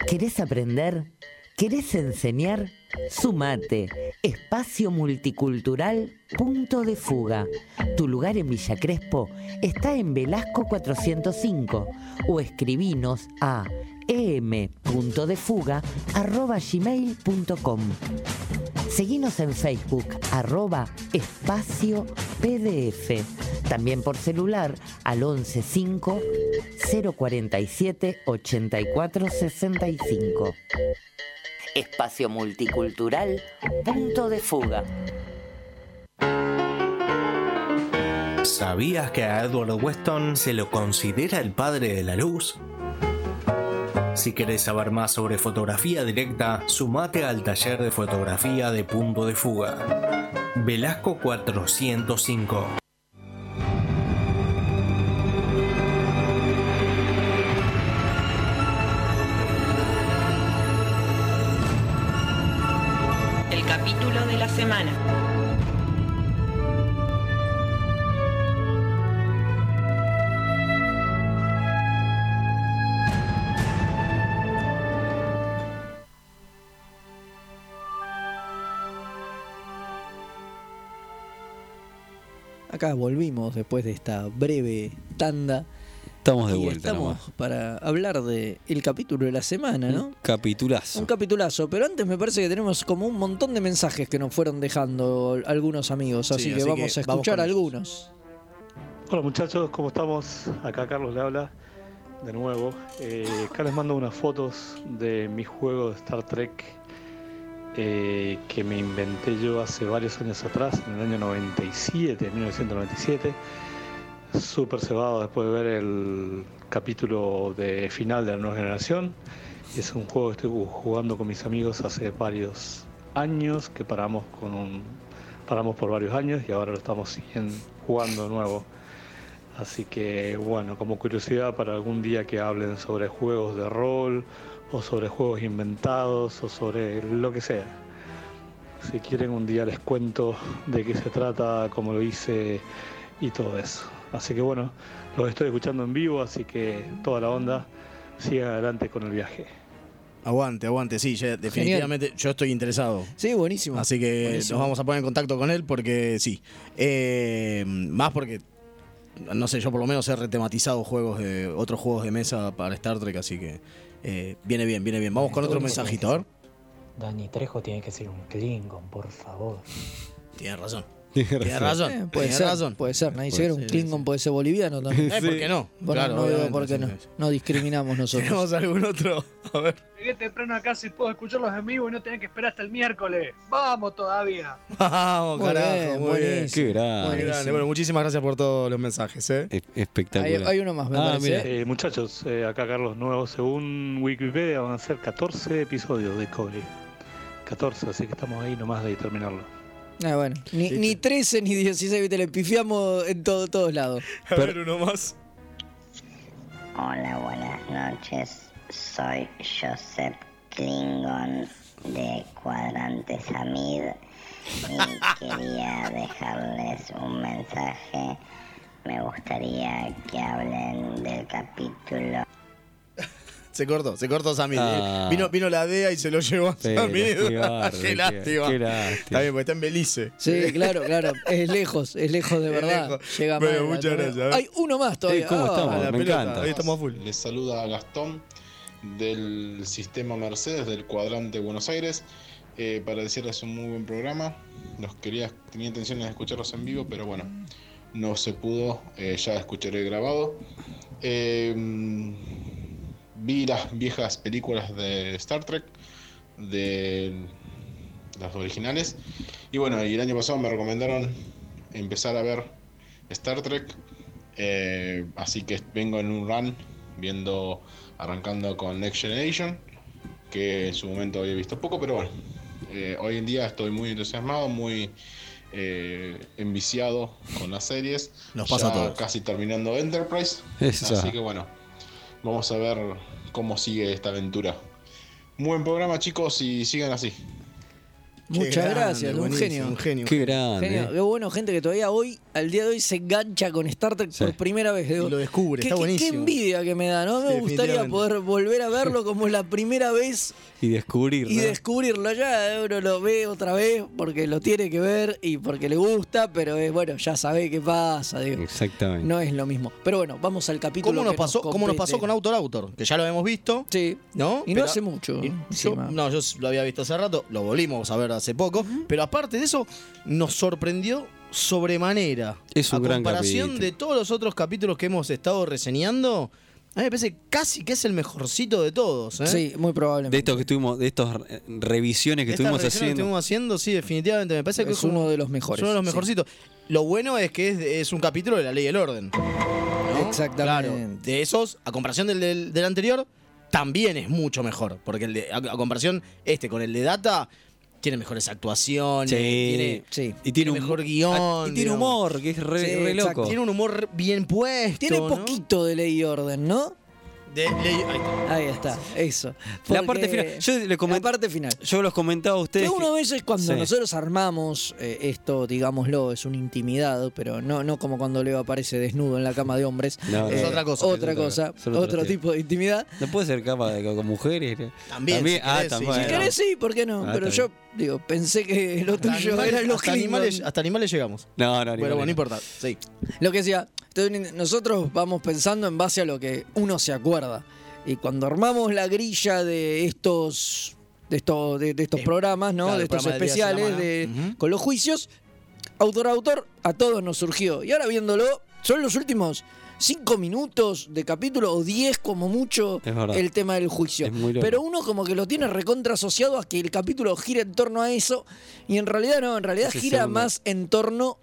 Speaker 14: ¿Querés aprender? ¿Querés enseñar? Sumate. Espacio Multicultural Punto de Fuga. Tu lugar en Villa Crespo está en Velasco 405 o escribinos a em.defuga.gmail.com Seguinos en Facebook, arroba espacio PDF. También por celular al 115 047 8465. Espacio Multicultural, punto de fuga.
Speaker 9: ¿Sabías que a Edward Weston se lo considera el padre de la luz? Si querés saber más sobre fotografía directa, sumate al taller de fotografía de Punto de Fuga. Velasco 405.
Speaker 5: El capítulo de la semana.
Speaker 2: Acá volvimos después de esta breve tanda.
Speaker 3: Estamos de
Speaker 2: Y
Speaker 3: vuelta
Speaker 2: Estamos
Speaker 3: nomás.
Speaker 2: para hablar del el capítulo de la semana, ¿no?
Speaker 3: Capitulazo.
Speaker 2: Un capitulazo, pero antes me parece que tenemos como un montón de mensajes que nos fueron dejando algunos amigos, así
Speaker 15: Sí,
Speaker 2: que
Speaker 15: así
Speaker 2: vamos
Speaker 15: que
Speaker 2: a
Speaker 15: vamos
Speaker 2: escuchar
Speaker 15: con ellos.
Speaker 2: algunos.
Speaker 15: Hola muchachos, ¿cómo estamos? Acá Carlos le habla de nuevo. Eh, acá les mando unas fotos de mi juego de Star Trek eh, que me inventé yo hace varios años atrás, en el año 97, 1997. Súper cebado después de ver el capítulo de final de la nueva generación. Es un juego que estoy jugando con mis amigos hace varios años, que paramos con un paramos por varios años y ahora lo estamos siguiendo jugando de nuevo. Así que bueno, como curiosidad para algún día que hablen sobre juegos de rol o sobre juegos inventados o sobre lo que sea. Si quieren un día les cuento de qué se trata, cómo lo hice y todo eso. Así que bueno, los estoy escuchando en vivo, así que toda la onda, sigan adelante con el viaje.
Speaker 4: Aguante, aguante, sí, ya, definitivamente yo estoy interesado.
Speaker 2: Sí, buenísimo.
Speaker 4: Así que
Speaker 2: Buenísimo.
Speaker 4: nos vamos a poner en contacto con él porque sí. Eh, más porque, no sé, yo por lo menos he retematizado juegos de, otros juegos de mesa para Star Trek, así que eh, viene bien, viene bien. Vamos con otro mensajito, a ver.
Speaker 16: Dani Trejo tiene que ser un Klingon, por favor.
Speaker 4: Tienes razón.
Speaker 2: Tiene
Speaker 4: Tienes razón.
Speaker 2: Eh, puede
Speaker 4: tenés
Speaker 2: ser,
Speaker 4: razón.
Speaker 2: puede ser. Nadie
Speaker 4: Puede
Speaker 2: se un
Speaker 4: ser,
Speaker 2: Klingon, puede ser boliviano también.
Speaker 4: Eh, ¿por Sí. qué no?
Speaker 2: Bueno,
Speaker 4: Claro,
Speaker 2: no veo
Speaker 4: obviamente,
Speaker 2: por qué no.
Speaker 4: sí,
Speaker 2: No discriminamos nosotros.
Speaker 4: ¿Tenemos algún otro? A ver.
Speaker 17: Llegué temprano acá si puedo escucharlos en vivo y no tener que esperar hasta el miércoles. Vamos todavía.
Speaker 4: Vamos,
Speaker 2: Muy
Speaker 4: carajo.
Speaker 2: bien,
Speaker 4: muy bien.
Speaker 2: buenísimo. Qué grande.
Speaker 4: Qué grande. Bueno, muchísimas gracias por todos los mensajes, ¿eh?
Speaker 2: Espectacular. Hay- hay uno más,
Speaker 3: Ah,
Speaker 2: me parece.
Speaker 15: Eh, muchachos, eh, acá Carlos Nuevo, según Wikipedia van a ser 14 episodios de Cobre. 14, así que estamos ahí nomás de terminarlo.
Speaker 2: Ah, bueno. Ni, ni 13 ni 16, viste, le pifiamos en todo- todos lados.
Speaker 4: A ver, uno más.
Speaker 18: Hola, buenas noches. Soy Joseph Klingon de Cuadrante Samid y quería dejarles un mensaje. Me gustaría que hablen del capítulo.
Speaker 4: Se cortó, se cortó Samid.
Speaker 18: Ah.
Speaker 4: Vino, vino la DEA y se lo llevó a
Speaker 3: Pero,
Speaker 4: Samid.
Speaker 3: qué bárbaro,
Speaker 4: qué
Speaker 3: qué-
Speaker 4: lástima.
Speaker 3: qué lástima.
Speaker 4: Está bien, porque está en Belice.
Speaker 2: Sí, Eh, claro, claro. Es lejos, es lejos de
Speaker 4: Es
Speaker 2: verdad.
Speaker 4: lejos.
Speaker 2: Llega
Speaker 4: Bueno,
Speaker 2: mal,
Speaker 4: muchas
Speaker 2: ¿no?
Speaker 4: gracias.
Speaker 2: Hay uno más todavía. Ah,
Speaker 4: A la pelota, ahí estamos
Speaker 19: Les saluda Gastón del sistema Mercedes del cuadrante Buenos Aires. Eh, para decirles un muy buen programa. Los quería, tenía intenciones de escucharlos en vivo, pero bueno, no se pudo. Eh, ya escucharé grabado. Eh, vi las viejas películas de Star Trek, de las originales. Y bueno, y el año pasado me recomendaron empezar a ver Star Trek. eh, así que vengo en un run viendo, arrancando con Next Generation, que en su momento había visto poco, pero bueno, eh, hoy en día estoy muy entusiasmado, muy eh, enviciado con las series.
Speaker 4: Nos pasa
Speaker 19: Ya
Speaker 4: a todos.
Speaker 19: Casi terminando Enterprise.
Speaker 3: Esa.
Speaker 19: Así que bueno, vamos a ver cómo sigue esta aventura. Muy buen programa, chicos, y sigan así.
Speaker 4: Qué
Speaker 2: Muchas
Speaker 4: grande,
Speaker 2: gracias, un
Speaker 4: buenísimo,
Speaker 2: genio.
Speaker 4: un genio.
Speaker 3: Qué grande.
Speaker 2: Genio.
Speaker 3: eh.
Speaker 2: Qué bueno, gente que todavía hoy, al día de hoy, se engancha con Star Trek por primera vez.
Speaker 4: Y lo descubre,
Speaker 2: qué,
Speaker 4: está
Speaker 2: qué- Qué
Speaker 4: buenísimo.
Speaker 2: envidia que me da, ¿no?
Speaker 4: Sí,
Speaker 2: Me gustaría
Speaker 4: definitivamente.
Speaker 2: poder volver a verlo como la primera vez
Speaker 3: Y descubrir.
Speaker 2: y
Speaker 3: ¿no?
Speaker 2: descubrirlo ya. Uno lo ve otra vez porque lo tiene que ver y porque le gusta, pero es bueno, ya sabe qué pasa, digo.
Speaker 3: Exactamente.
Speaker 2: No es lo mismo. Pero bueno, vamos al capítulo.
Speaker 4: ¿Cómo nos,
Speaker 2: que
Speaker 4: pasó, ¿Cómo nos pasó
Speaker 2: compete.
Speaker 4: con Autor Autor? Que ya lo hemos visto.
Speaker 2: Sí.
Speaker 4: ¿No?
Speaker 2: Y no hace mucho,
Speaker 4: y- yo-
Speaker 2: encima.
Speaker 4: no, yo lo había visto hace rato, lo volvimos a ver hace poco. Pero aparte de eso, nos sorprendió sobremanera.
Speaker 3: Es un
Speaker 4: a
Speaker 3: gran
Speaker 4: comparación
Speaker 3: capítulo.
Speaker 4: de todos los otros capítulos que hemos estado reseñando, a mí me parece casi que es el mejorcito de todos. ¿eh?
Speaker 2: Sí, muy
Speaker 3: De
Speaker 2: probablemente.
Speaker 3: estos que estuvimos, de estas eh, revisiones que
Speaker 4: Esta revisión
Speaker 3: estuvimos
Speaker 4: que
Speaker 3: haciendo.
Speaker 4: estuvimos haciendo, sí, definitivamente. Me parece que
Speaker 2: Es
Speaker 4: como-
Speaker 2: uno de los mejores,
Speaker 4: es uno de los
Speaker 2: sí.
Speaker 4: mejorcitos. Lo bueno es que es, es un capítulo de la ley y el orden. ¿no? Claro,
Speaker 2: Exactamente.
Speaker 4: de esos, a comparación del, del- del anterior, también es mucho mejor. Porque el de- a, a comparación este con el de Data, tiene mejores actuaciones,
Speaker 3: Sí.
Speaker 4: tiene,
Speaker 2: Sí.
Speaker 3: Y tiene un
Speaker 4: mejor
Speaker 3: ah,
Speaker 4: guión.
Speaker 3: Y tiene
Speaker 4: digamos.
Speaker 3: humor, que es re,
Speaker 2: Sí,
Speaker 3: re
Speaker 2: exacto.
Speaker 3: loco.
Speaker 4: Tiene un humor bien puesto.
Speaker 2: Tiene
Speaker 4: ¿no?
Speaker 2: poquito de ley y orden, ¿no?
Speaker 4: De ley- ahí está.
Speaker 2: Ahí está, eso.
Speaker 3: La parte
Speaker 2: Porque-
Speaker 3: final. Yo le
Speaker 2: la
Speaker 3: coment-
Speaker 2: parte final.
Speaker 3: yo los comentaba a
Speaker 2: Que
Speaker 3: ustedes.
Speaker 2: uno a
Speaker 3: que-
Speaker 2: veces cuando
Speaker 3: Sí.
Speaker 2: nosotros armamos eh, esto, digámoslo, es una intimidad, pero no, no como cuando Leo aparece desnudo en la cama de hombres. Eh,
Speaker 3: No,
Speaker 4: Es
Speaker 3: no,
Speaker 4: otra cosa.
Speaker 2: Otra
Speaker 3: es otra
Speaker 2: cosa,
Speaker 3: cosa, es otro
Speaker 2: otro
Speaker 3: tipo.
Speaker 2: tipo de intimidad.
Speaker 3: No puede ser capa de- con mujeres. ¿no?
Speaker 4: También, si
Speaker 3: ah,
Speaker 4: querés,
Speaker 3: también.
Speaker 4: sí,
Speaker 2: Si querés, sí, ¿por qué no?
Speaker 3: Ah,
Speaker 2: pero
Speaker 3: está
Speaker 2: yo, digo, pensé que lo
Speaker 4: Hasta
Speaker 2: tuyo
Speaker 4: animales-
Speaker 2: eran los
Speaker 4: hasta animales,
Speaker 2: Klingons.
Speaker 4: hasta animales llegamos.
Speaker 3: No, no, ni
Speaker 4: Pero bueno, no
Speaker 3: manera.
Speaker 4: importa. Sí.
Speaker 2: Lo que decía, entonces, nosotros vamos pensando en base a lo que uno se acuerda. Y cuando armamos la grilla de estos de estos, de, de estos
Speaker 4: Eh,
Speaker 2: programas, ¿no?
Speaker 4: claro, el
Speaker 2: de estos
Speaker 4: programa del día de
Speaker 2: especiales,
Speaker 4: la
Speaker 2: de,
Speaker 4: semana. Ujú.
Speaker 2: con los juicios, autor a autor, a todos nos surgió. Y ahora viéndolo, son los últimos cinco minutos de capítulo o diez como mucho
Speaker 3: Es verdad.
Speaker 2: el tema del juicio.
Speaker 3: Es muy loco.
Speaker 2: Pero uno como que lo tiene recontra asociado a que el capítulo gira en torno a eso. Y en realidad no, en realidad
Speaker 3: Ese
Speaker 2: gira
Speaker 3: segundo.
Speaker 2: más en torno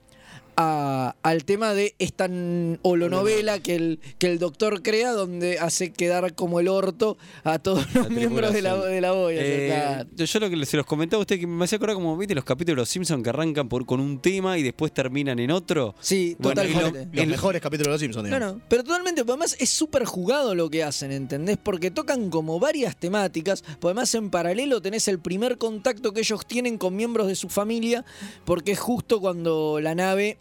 Speaker 2: a- al tema de esta n- holonovela que el, que el doctor crea donde hace quedar como el orto a todos los
Speaker 3: La
Speaker 2: miembros de la,
Speaker 3: tripulación.
Speaker 2: de la Voyager,
Speaker 3: Eh,
Speaker 2: claro.
Speaker 3: yo lo que se los comentaba a ustedes que me hacía acordar como viste los capítulos de los Simpsons que arrancan por, con un tema y después terminan en otro.
Speaker 2: Sí,
Speaker 3: Bueno, y lo-
Speaker 2: totalmente.
Speaker 4: Los
Speaker 3: El-
Speaker 4: mejores capítulos de Los Simpsons,
Speaker 2: No,
Speaker 4: digamos.
Speaker 2: no, pero totalmente, porque además es súper jugado lo que hacen, ¿entendés? Porque tocan como varias temáticas, porque además en paralelo tenés el primer contacto que ellos tienen con miembros de su familia, porque es justo cuando la nave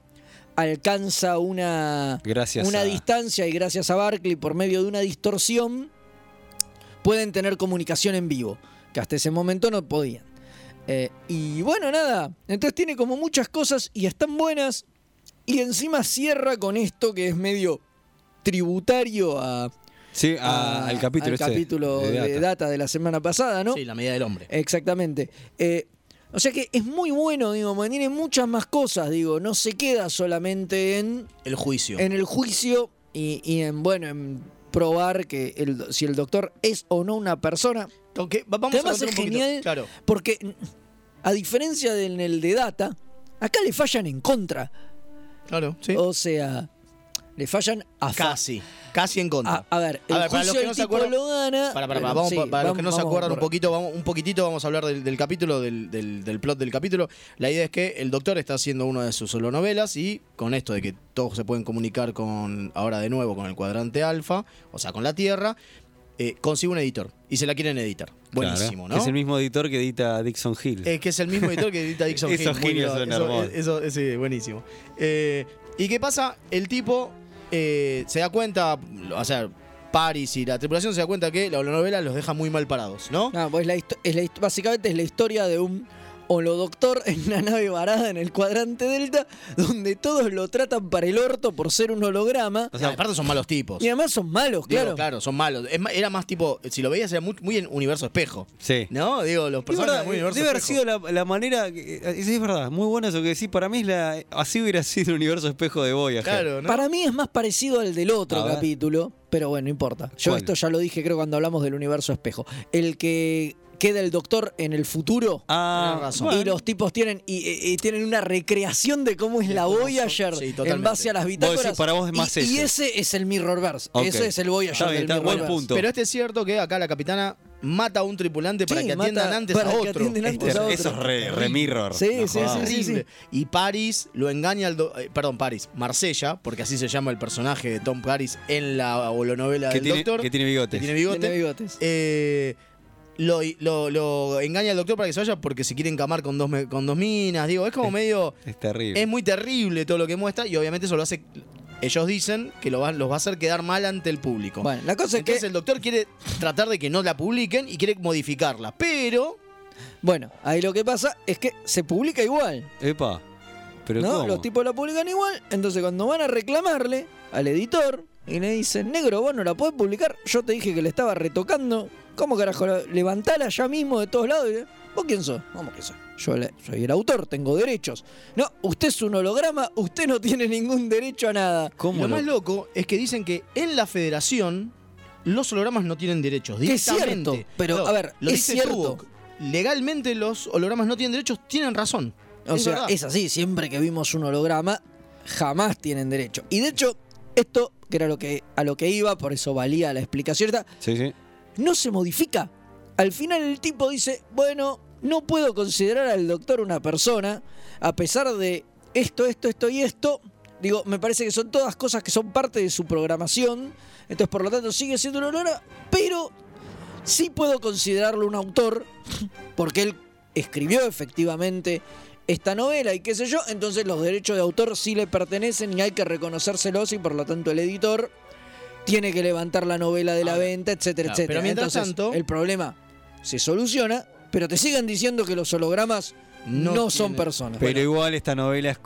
Speaker 2: alcanza una,
Speaker 3: Gracias
Speaker 2: una
Speaker 3: a-
Speaker 2: distancia y gracias a Barclay por medio de una distorsión pueden tener comunicación en vivo, que hasta ese momento no podían. Eh, y bueno, nada, entonces tiene como muchas cosas y están buenas. Y encima cierra con esto que es medio tributario a,
Speaker 3: Sí, a-
Speaker 2: a-
Speaker 3: al capítulo este
Speaker 2: capítulo de, data. de la semana pasada, ¿no?
Speaker 4: Sí, la medida del hombre.
Speaker 2: Exactamente. Eh, o sea que es muy bueno, digo, porque tiene muchas más cosas, digo, no se queda solamente en
Speaker 4: El juicio.
Speaker 2: en el juicio y, y en, bueno, en probar que el- si el doctor es o no una persona.
Speaker 4: Ok, va- vamos
Speaker 2: Además
Speaker 4: contar
Speaker 2: es
Speaker 4: un poquito.
Speaker 2: genial.
Speaker 4: Claro.
Speaker 2: Porque, a diferencia del en el de Data, acá le fallan en contra.
Speaker 4: Claro, sí.
Speaker 2: O sea, le fallan a fa-
Speaker 4: Casi, Ah, casi en contra.
Speaker 2: A, a ver, el
Speaker 4: A ver, para los
Speaker 2: juicio
Speaker 4: que no
Speaker 2: el
Speaker 4: se
Speaker 2: tipo
Speaker 4: acuerdan-
Speaker 2: lo gana.
Speaker 4: Para, para,
Speaker 2: pero
Speaker 4: para, ah, eh, vamos,
Speaker 2: sí,
Speaker 4: para los que no se
Speaker 2: vamos
Speaker 4: acuerdan un
Speaker 2: por-
Speaker 4: poquito, vamos, un poquitito vamos a hablar del, del capítulo, del, del- del plot del capítulo. La idea es que el doctor está haciendo una de sus solo novelas y con esto de que todos se pueden comunicar con, ahora de nuevo, con el cuadrante alfa, o sea, con la Tierra, eh, consigue un editor y se la quieren editar.
Speaker 3: Claro,
Speaker 4: Buenísimo,
Speaker 3: que
Speaker 4: ¿no?
Speaker 3: Es el mismo editor que edita Dixon Hill.
Speaker 4: Eh, que es el mismo editor que edita Dixon
Speaker 3: Esos
Speaker 4: Hill. Muy
Speaker 3: genios
Speaker 4: bien,
Speaker 3: son
Speaker 4: eso-
Speaker 3: hermosos.
Speaker 4: Eso, eh, sí, buenísimo. Eh, ¿Y qué pasa? El tipo eh, se da cuenta, o sea, Paris y la tripulación se da cuenta que la novela los deja muy mal parados, ¿no?
Speaker 2: Ah, pues la histo- es la hist- básicamente es la historia de un Holodoctor en la nave varada en el cuadrante Delta, donde todos lo tratan para el orto por ser un holograma.
Speaker 4: O sea, aparte son malos tipos.
Speaker 2: Y además son malos,
Speaker 4: Digo,
Speaker 2: claro.
Speaker 4: claro, son malos. Es ma- era más tipo, si lo veías era muy, muy en universo espejo.
Speaker 3: Sí.
Speaker 4: ¿No? Digo, los
Speaker 3: Es
Speaker 4: personajes
Speaker 3: verdad,
Speaker 4: eran muy
Speaker 3: eh,
Speaker 4: universo
Speaker 3: debe haber
Speaker 4: espejo.
Speaker 3: sido la, la manera. que- eh, sí, es verdad, muy bueno eso que decís. Para mí, es la, así hubiera sido el universo espejo de Voyager.
Speaker 2: Para mí es más parecido al del otro
Speaker 3: A ver.
Speaker 2: capítulo, pero bueno, no importa. Yo
Speaker 3: ¿Cuál?
Speaker 2: esto ya lo dije creo cuando hablamos del universo espejo. El que queda el doctor en el futuro.
Speaker 3: Ah,
Speaker 4: Tenés razón.
Speaker 2: Y los tipos tienen y, y- y tienen una recreación de cómo es la Voyager
Speaker 4: Sí, totalmente.
Speaker 2: en base a las
Speaker 4: Vos decís,
Speaker 2: bitácoras.
Speaker 3: para vos es más
Speaker 2: y, y
Speaker 3: ese.
Speaker 2: ese es el Mirrorverse.
Speaker 3: Ok.
Speaker 2: Ese es el
Speaker 3: Está
Speaker 2: Voyager
Speaker 3: bien,
Speaker 2: del
Speaker 3: está- buen
Speaker 2: Mirrorverse.
Speaker 3: punto.
Speaker 4: Pero este es cierto que acá la capitana mata a un tripulante para
Speaker 2: Sí,
Speaker 4: que
Speaker 2: mata-
Speaker 4: atiendan antes
Speaker 2: para
Speaker 4: a
Speaker 2: que
Speaker 4: otro.
Speaker 2: atienden
Speaker 4: Es
Speaker 2: antes a
Speaker 4: terrible.
Speaker 3: Eso es re, re
Speaker 4: Terrible.
Speaker 3: mirror.
Speaker 2: Sí,
Speaker 3: No
Speaker 2: sí,
Speaker 3: jodas.
Speaker 2: sí, sí.
Speaker 4: Terrible. Y Paris lo engaña al. do- eh, perdón, Paris. Marsella, porque así se llama el personaje de Tom Paris en la holonovela
Speaker 3: Que
Speaker 4: del
Speaker 3: tiene,
Speaker 4: Doctor.
Speaker 3: que tiene
Speaker 4: que
Speaker 3: bigotes.
Speaker 4: tiene bigote.
Speaker 2: Tiene bigotes.
Speaker 4: Eh, lo, lo- lo engaña al doctor para que se vaya porque se quiere encamar con dos, me- con dos minas. Digo, es como medio.
Speaker 3: Es terrible.
Speaker 4: Es muy terrible todo lo que muestra y obviamente eso lo hace. Ellos dicen que lo va- los va a hacer quedar mal ante el público.
Speaker 2: Bueno, la cosa es que
Speaker 4: Entonces el doctor quiere tratar de que no la publiquen y quiere modificarla. Pero.
Speaker 2: Bueno, ahí lo que pasa es que se publica igual,
Speaker 3: Epa. Pero
Speaker 2: ¿no?
Speaker 3: ¿cómo?
Speaker 2: Los tipos la publican igual, entonces cuando van a reclamarle al editor y le dicen, negro, vos no la podés publicar, yo te dije que la estaba retocando, ¿cómo carajo? la- Levantala ya mismo de todos lados. Y le- ¿Vos quién sos? ¿Cómo que sos? Yo le- soy el autor, tengo derechos. No, usted es un holograma, usted no tiene ningún derecho a nada.
Speaker 3: ¿Cómo
Speaker 4: Lo
Speaker 3: lo-
Speaker 4: más loco es que dicen que en la federación los hologramas no tienen derechos.
Speaker 2: Que es
Speaker 4: directamente.
Speaker 2: cierto, pero, a ver,
Speaker 4: lo
Speaker 2: es
Speaker 4: dice
Speaker 2: cierto.
Speaker 4: Tuvok. Legalmente los hologramas no tienen derechos, tienen razón.
Speaker 2: O sea,
Speaker 4: verdad.
Speaker 2: es así, siempre que vimos un holograma, jamás tienen derecho. Y de hecho, esto, que era lo que, a lo que iba, por eso valía la explicación, esta,
Speaker 3: Sí, sí.
Speaker 2: no se modifica. Al final el tipo dice, bueno, no puedo considerar al doctor una persona, a pesar de esto, esto, esto y esto. Digo, me parece que son todas cosas que son parte de su programación, entonces por lo tanto sigue siendo un holograma, pero sí puedo considerarlo un autor, porque él escribió efectivamente esta novela y qué sé yo, entonces los derechos de autor sí le pertenecen y hay que reconocérselos y por lo tanto el editor tiene que levantar la novela de la venta, etcétera,
Speaker 4: claro,
Speaker 2: etcétera.
Speaker 4: pero mientras
Speaker 2: Entonces,
Speaker 4: tanto-
Speaker 2: el problema se soluciona, pero te sigan diciendo que los hologramas no,
Speaker 4: No
Speaker 2: son
Speaker 4: tiene-
Speaker 2: personas.
Speaker 3: Pero igual esta novela es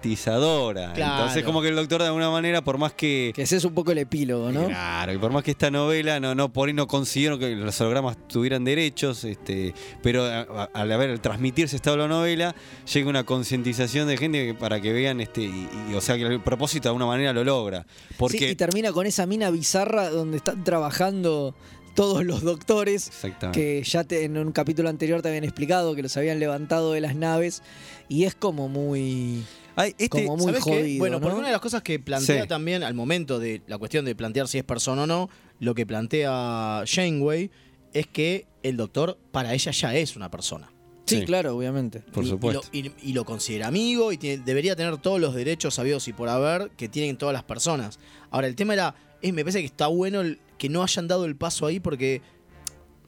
Speaker 3: concientizadora.
Speaker 4: Claro.
Speaker 3: Entonces, como que el doctor, de alguna manera, por más que.
Speaker 2: que ese es un poco el epílogo, ¿no?
Speaker 3: Claro, y por más que esta novela no, no por ahí no consiguieron que los hologramas tuvieran derechos, este, pero a- a- al haber al transmitirse esta novela, llega una concientización de gente que- para que vean este, y, y, o sea que el propósito de alguna manera lo logra. Porque
Speaker 2: Sí, y termina con esa mina bizarra donde están trabajando todos los doctores.
Speaker 3: Exactamente.
Speaker 2: Que ya te- en un capítulo anterior te habían explicado que los habían levantado de las naves. Y es como muy.
Speaker 3: Ay, este-
Speaker 2: como muy
Speaker 4: ¿Sabés qué?
Speaker 2: jodido.
Speaker 4: Bueno, porque
Speaker 2: ¿no?
Speaker 4: una de las cosas que plantea
Speaker 3: Sí.
Speaker 4: también al momento de la cuestión de plantear si es persona o no, lo que plantea Janeway es que el doctor para ella ya es una persona.
Speaker 2: Sí,
Speaker 3: Sí.
Speaker 2: claro, obviamente.
Speaker 3: Por
Speaker 4: Y- y
Speaker 3: supuesto.
Speaker 4: lo- Y, y lo considera amigo y tiene- debería tener todos los derechos sabidos y por haber que tienen todas las personas. Ahora, el tema era, es, me parece que está bueno el- que no hayan dado el paso ahí porque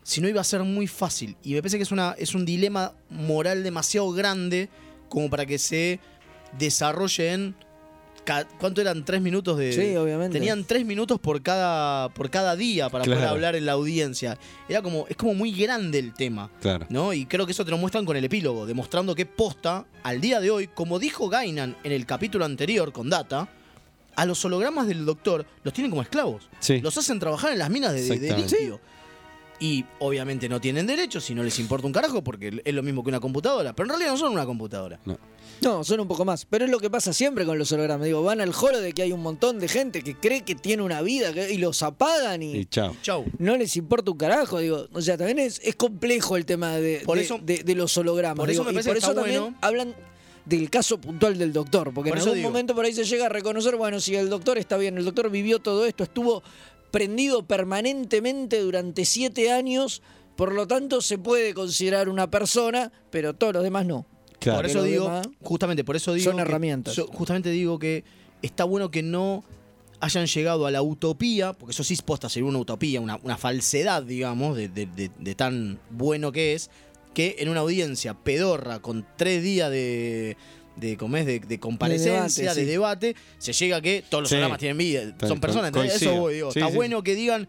Speaker 4: si no iba a ser muy fácil. Y me parece que es, una, es un dilema moral demasiado grande como para que se desarrolle en... ca- ¿Cuánto eran? ¿Tres minutos de...?
Speaker 2: Sí, obviamente.
Speaker 4: Tenían tres minutos por cada, por cada día para poder
Speaker 3: Claro.
Speaker 4: hablar en la audiencia. Era como, es como muy grande el tema.
Speaker 3: Claro.
Speaker 4: ¿no? Y creo que eso te lo muestran con el epílogo, demostrando que posta, al día de hoy, como dijo Gainan en el capítulo anterior con Data, a los hologramas del doctor los tienen como esclavos.
Speaker 3: Sí.
Speaker 4: Los hacen trabajar en las minas de, de- de
Speaker 3: Exactamente.
Speaker 4: litio. Y obviamente no tienen derechos y no les importa un carajo porque es lo mismo que una computadora. Pero en realidad no son una computadora.
Speaker 2: No, son un poco más. Pero es lo que pasa siempre con los hologramas. Digo, van al holo de que hay un montón de gente que cree que tiene una vida que- y los apagan y.
Speaker 3: y chao.
Speaker 4: Chau.
Speaker 2: no les importa un carajo, digo. O sea, también es, es complejo el tema de,
Speaker 4: Por
Speaker 2: de-
Speaker 4: eso-
Speaker 2: de- de los hologramas.
Speaker 4: por eso
Speaker 2: digo,
Speaker 4: me
Speaker 2: y
Speaker 4: parece
Speaker 2: por
Speaker 4: que
Speaker 2: eso
Speaker 4: está
Speaker 2: también
Speaker 4: bueno.
Speaker 2: hablan del caso puntual del doctor, porque
Speaker 4: Por
Speaker 2: en
Speaker 4: eso
Speaker 2: algún
Speaker 4: digo.
Speaker 2: momento por ahí se llega a reconocer, bueno, si el doctor está bien, el doctor vivió todo esto, estuvo prendido permanentemente durante siete años, por lo tanto se puede considerar una persona, pero todos los demás no.
Speaker 3: Claro.
Speaker 4: Por
Speaker 2: Porque
Speaker 4: eso
Speaker 2: los
Speaker 4: digo,
Speaker 2: demás-
Speaker 4: justamente por eso digo.
Speaker 2: son
Speaker 4: que-
Speaker 2: herramientas.
Speaker 4: yo justamente digo que está bueno que no hayan llegado a la utopía, porque eso sí es posta sería una utopía, una, una falsedad, digamos, de, de- de- de tan bueno que es, que en una audiencia pedorra con tres días de. De, ¿cómo es? de, de comparecencia,
Speaker 2: sí.
Speaker 4: de debate, se llega a que todos los
Speaker 3: Sí.
Speaker 4: programas tienen vida,
Speaker 3: Tal-
Speaker 4: son personas,
Speaker 3: con-
Speaker 4: entonces eso
Speaker 3: coincido.
Speaker 4: voy, digo,
Speaker 3: Sí,
Speaker 4: está
Speaker 3: sí,
Speaker 4: bueno que digan,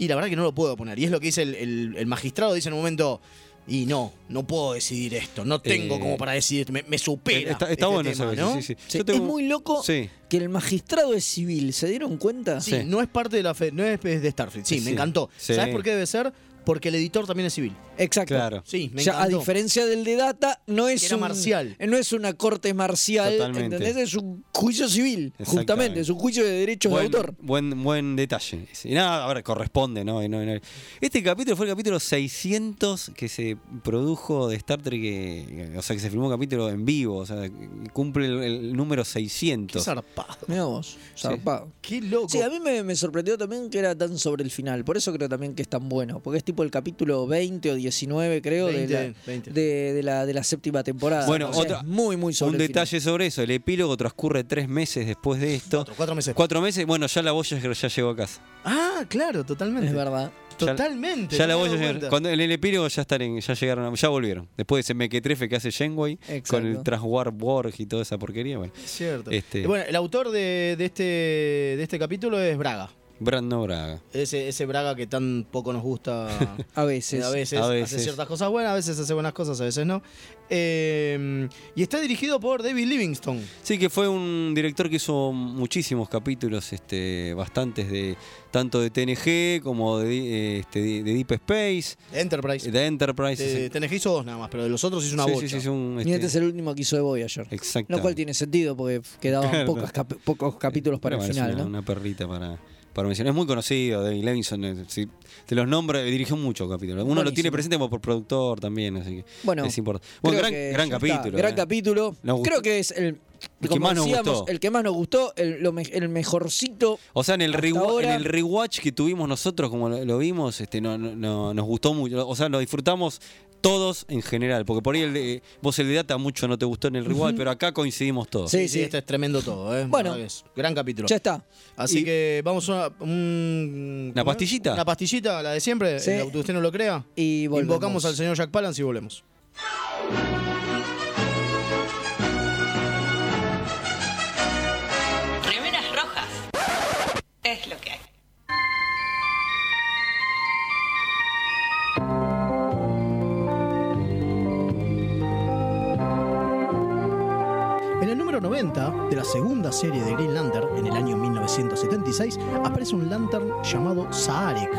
Speaker 4: y la verdad que no lo puedo poner, y es lo que dice el, el- el magistrado, dice en un momento, y no, no puedo decidir esto, no tengo
Speaker 3: Eh,
Speaker 4: como para decidir, me, me supera.
Speaker 3: Está- está
Speaker 4: este
Speaker 3: bueno
Speaker 4: tema,
Speaker 3: saber,
Speaker 4: ¿no?
Speaker 3: sí, sí, sí.
Speaker 2: Sí, Es muy loco
Speaker 3: Sí.
Speaker 2: que el magistrado es civil, ¿se dieron cuenta?
Speaker 4: Sí, no es parte de la fe, no es de Starfield. Sí,
Speaker 2: Sí.
Speaker 4: me encantó.
Speaker 2: Sí.
Speaker 4: ¿Sabes por qué debe ser? Porque el editor también es civil.
Speaker 2: Exacto.
Speaker 4: Sí, me
Speaker 2: O sea, a
Speaker 4: encantó.
Speaker 2: diferencia del de Data, no es
Speaker 4: Era
Speaker 2: un-
Speaker 4: marcial.
Speaker 2: No es una corte marcial,
Speaker 3: Totalmente.
Speaker 2: ¿entendés? Es un juicio civil, justamente,
Speaker 3: Exactamente.
Speaker 2: es un juicio de derechos
Speaker 3: buen,
Speaker 2: de autor.
Speaker 3: Buen, buen detalle. Y nada, a ver, corresponde, ¿no? Y no- y no- Este capítulo fue el capítulo 600 que se produjo de Star Trek, eh, o sea, que se filmó un capítulo en vivo, o sea, cumple el, el número 600.
Speaker 4: zarpado.
Speaker 2: Mirá vos, zarpado.
Speaker 4: Qué loco.
Speaker 2: Sí, a mí me, me sorprendió también que era tan sobre el final. Por eso creo también que es tan bueno. Porque es tipo el capítulo 20 o 19, creo, de,
Speaker 4: 20,
Speaker 2: la,
Speaker 4: 20.
Speaker 2: De, de la, de la séptima temporada.
Speaker 3: Bueno,
Speaker 2: O sea,
Speaker 3: otra-
Speaker 2: es muy, muy sobre
Speaker 3: Un
Speaker 2: el final.
Speaker 3: detalle sobre eso, el epílogo transcurre tres meses después de esto. Cuatro,
Speaker 4: meses.
Speaker 3: Cuatro meses, bueno, ya la Voyager ya llegó a casa.
Speaker 4: Ah, claro, totalmente.
Speaker 2: Es verdad.
Speaker 3: Ya-
Speaker 4: Totalmente.
Speaker 3: Ya la
Speaker 4: no me he dado
Speaker 3: Voyager,
Speaker 4: cuenta.
Speaker 3: cuando en el epílogo ya están en- ya llegaron, ya volvieron. Después de ese mequetrefe que hace Shenway con el
Speaker 4: Exacto.
Speaker 3: Transwar Borg y toda esa porquería, bueno.
Speaker 4: Es Cierto.
Speaker 3: Este-
Speaker 4: Bueno, el autor de, de este, de este capítulo es Braga.
Speaker 3: Brando Braga.
Speaker 4: Ese, ese Braga que tan poco nos gusta
Speaker 2: A veces.
Speaker 4: A veces,
Speaker 3: A
Speaker 4: hace
Speaker 3: veces.
Speaker 4: ciertas cosas buenas, a veces hace buenas cosas, a veces no. Eh, y está dirigido por David Livingstone.
Speaker 3: Sí, que fue un director que hizo muchísimos capítulos, este, bastantes de tanto de TNG como de, eh, este, de- de Deep Space,
Speaker 4: de Enterprise,
Speaker 3: de Enterprise.
Speaker 4: Eh, TNG hizo dos nada más, pero de los otros hizo una
Speaker 3: Sí, sí,
Speaker 4: bocha.
Speaker 3: sí, hizo un,
Speaker 2: Y este
Speaker 3: este-
Speaker 2: es el último que hizo de Voyager.
Speaker 3: Exacto.
Speaker 2: Lo cual tiene sentido porque quedaban
Speaker 3: Claro.
Speaker 2: pocas cap- pocos capítulos para el
Speaker 3: Pero bueno,
Speaker 2: final,
Speaker 3: es una,
Speaker 2: ¿no?
Speaker 3: una perrita para, para mencionar. Es muy conocido, David Levinson. eh, Si te los nombra, eh, dirigió muchos capítulos. Uno lo
Speaker 2: Buenísimo.
Speaker 3: tiene presente como por productor también, así que
Speaker 2: Bueno,
Speaker 3: es importante. Bueno,
Speaker 2: Creo
Speaker 3: gran,
Speaker 2: que
Speaker 3: gran
Speaker 2: ya está.
Speaker 3: capítulo.
Speaker 2: Gran
Speaker 3: eh.
Speaker 2: capítulo.
Speaker 3: Nos gustó.
Speaker 2: Creo que es el,
Speaker 3: que
Speaker 2: como
Speaker 3: más nos
Speaker 2: decíamos,
Speaker 3: gustó.
Speaker 2: el que más nos gustó, el, lo me- el mejorcito.
Speaker 3: O sea, en el,
Speaker 2: Hasta
Speaker 3: rewa-
Speaker 2: ahora-
Speaker 3: en el rewatch que tuvimos nosotros, como lo, lo vimos, este, no, no- no- nos gustó mucho. O sea, lo disfrutamos todos en general. Porque por ahí el de- vos el de Data mucho no te gustó en el rewatch, pero acá coincidimos todos.
Speaker 4: Sí, sí, este es tremendo todo, ¿eh?
Speaker 2: Bueno.
Speaker 4: La verdad que es gran capítulo.
Speaker 2: Ya está.
Speaker 4: Así
Speaker 2: Y-
Speaker 4: que vamos a una, un-
Speaker 3: ¿Una pastillita?
Speaker 4: Una pastillita, la de siempre,
Speaker 2: Sí.
Speaker 4: aunque usted no lo crea.
Speaker 2: Y volvemos.
Speaker 4: Invocamos al señor Jack Palance y volvemos.
Speaker 5: Remeras rojas. Es lo que hay.
Speaker 4: En el número 90 de la segunda serie de Green Lantern, en el año 1976, aparece un Lantern llamado Saarek,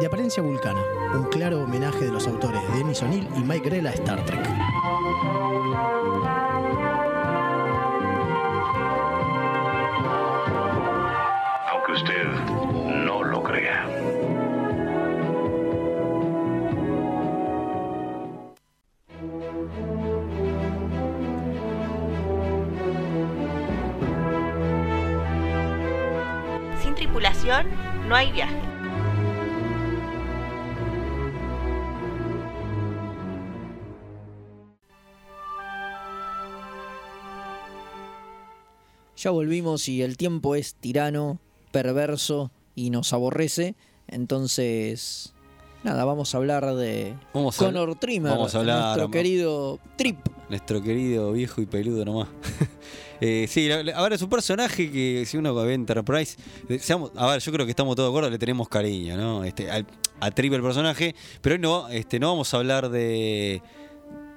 Speaker 4: de apariencia vulcana, un claro homenaje de los autores Denis O'Neill y Mike Grell a Star Trek.
Speaker 20: Aunque usted no lo crea.
Speaker 5: Sin tripulación no hay viaje.
Speaker 2: Ya volvimos y el tiempo es tirano, perverso y nos aborrece. Entonces, nada, vamos a hablar de
Speaker 3: Vamos a-
Speaker 2: Connor Trimmer,
Speaker 3: vamos a hablar,
Speaker 2: nuestro
Speaker 3: vamos.
Speaker 2: querido Trip.
Speaker 3: Nuestro querido viejo y peludo nomás. Eh, sí, la- la- a ver, es un personaje que si uno ve Enterprise, eh, seamos- a ver, yo creo que estamos todos de acuerdo, le tenemos cariño, ¿no? Este, al, a Trip el personaje, pero hoy no, este, no vamos a hablar de,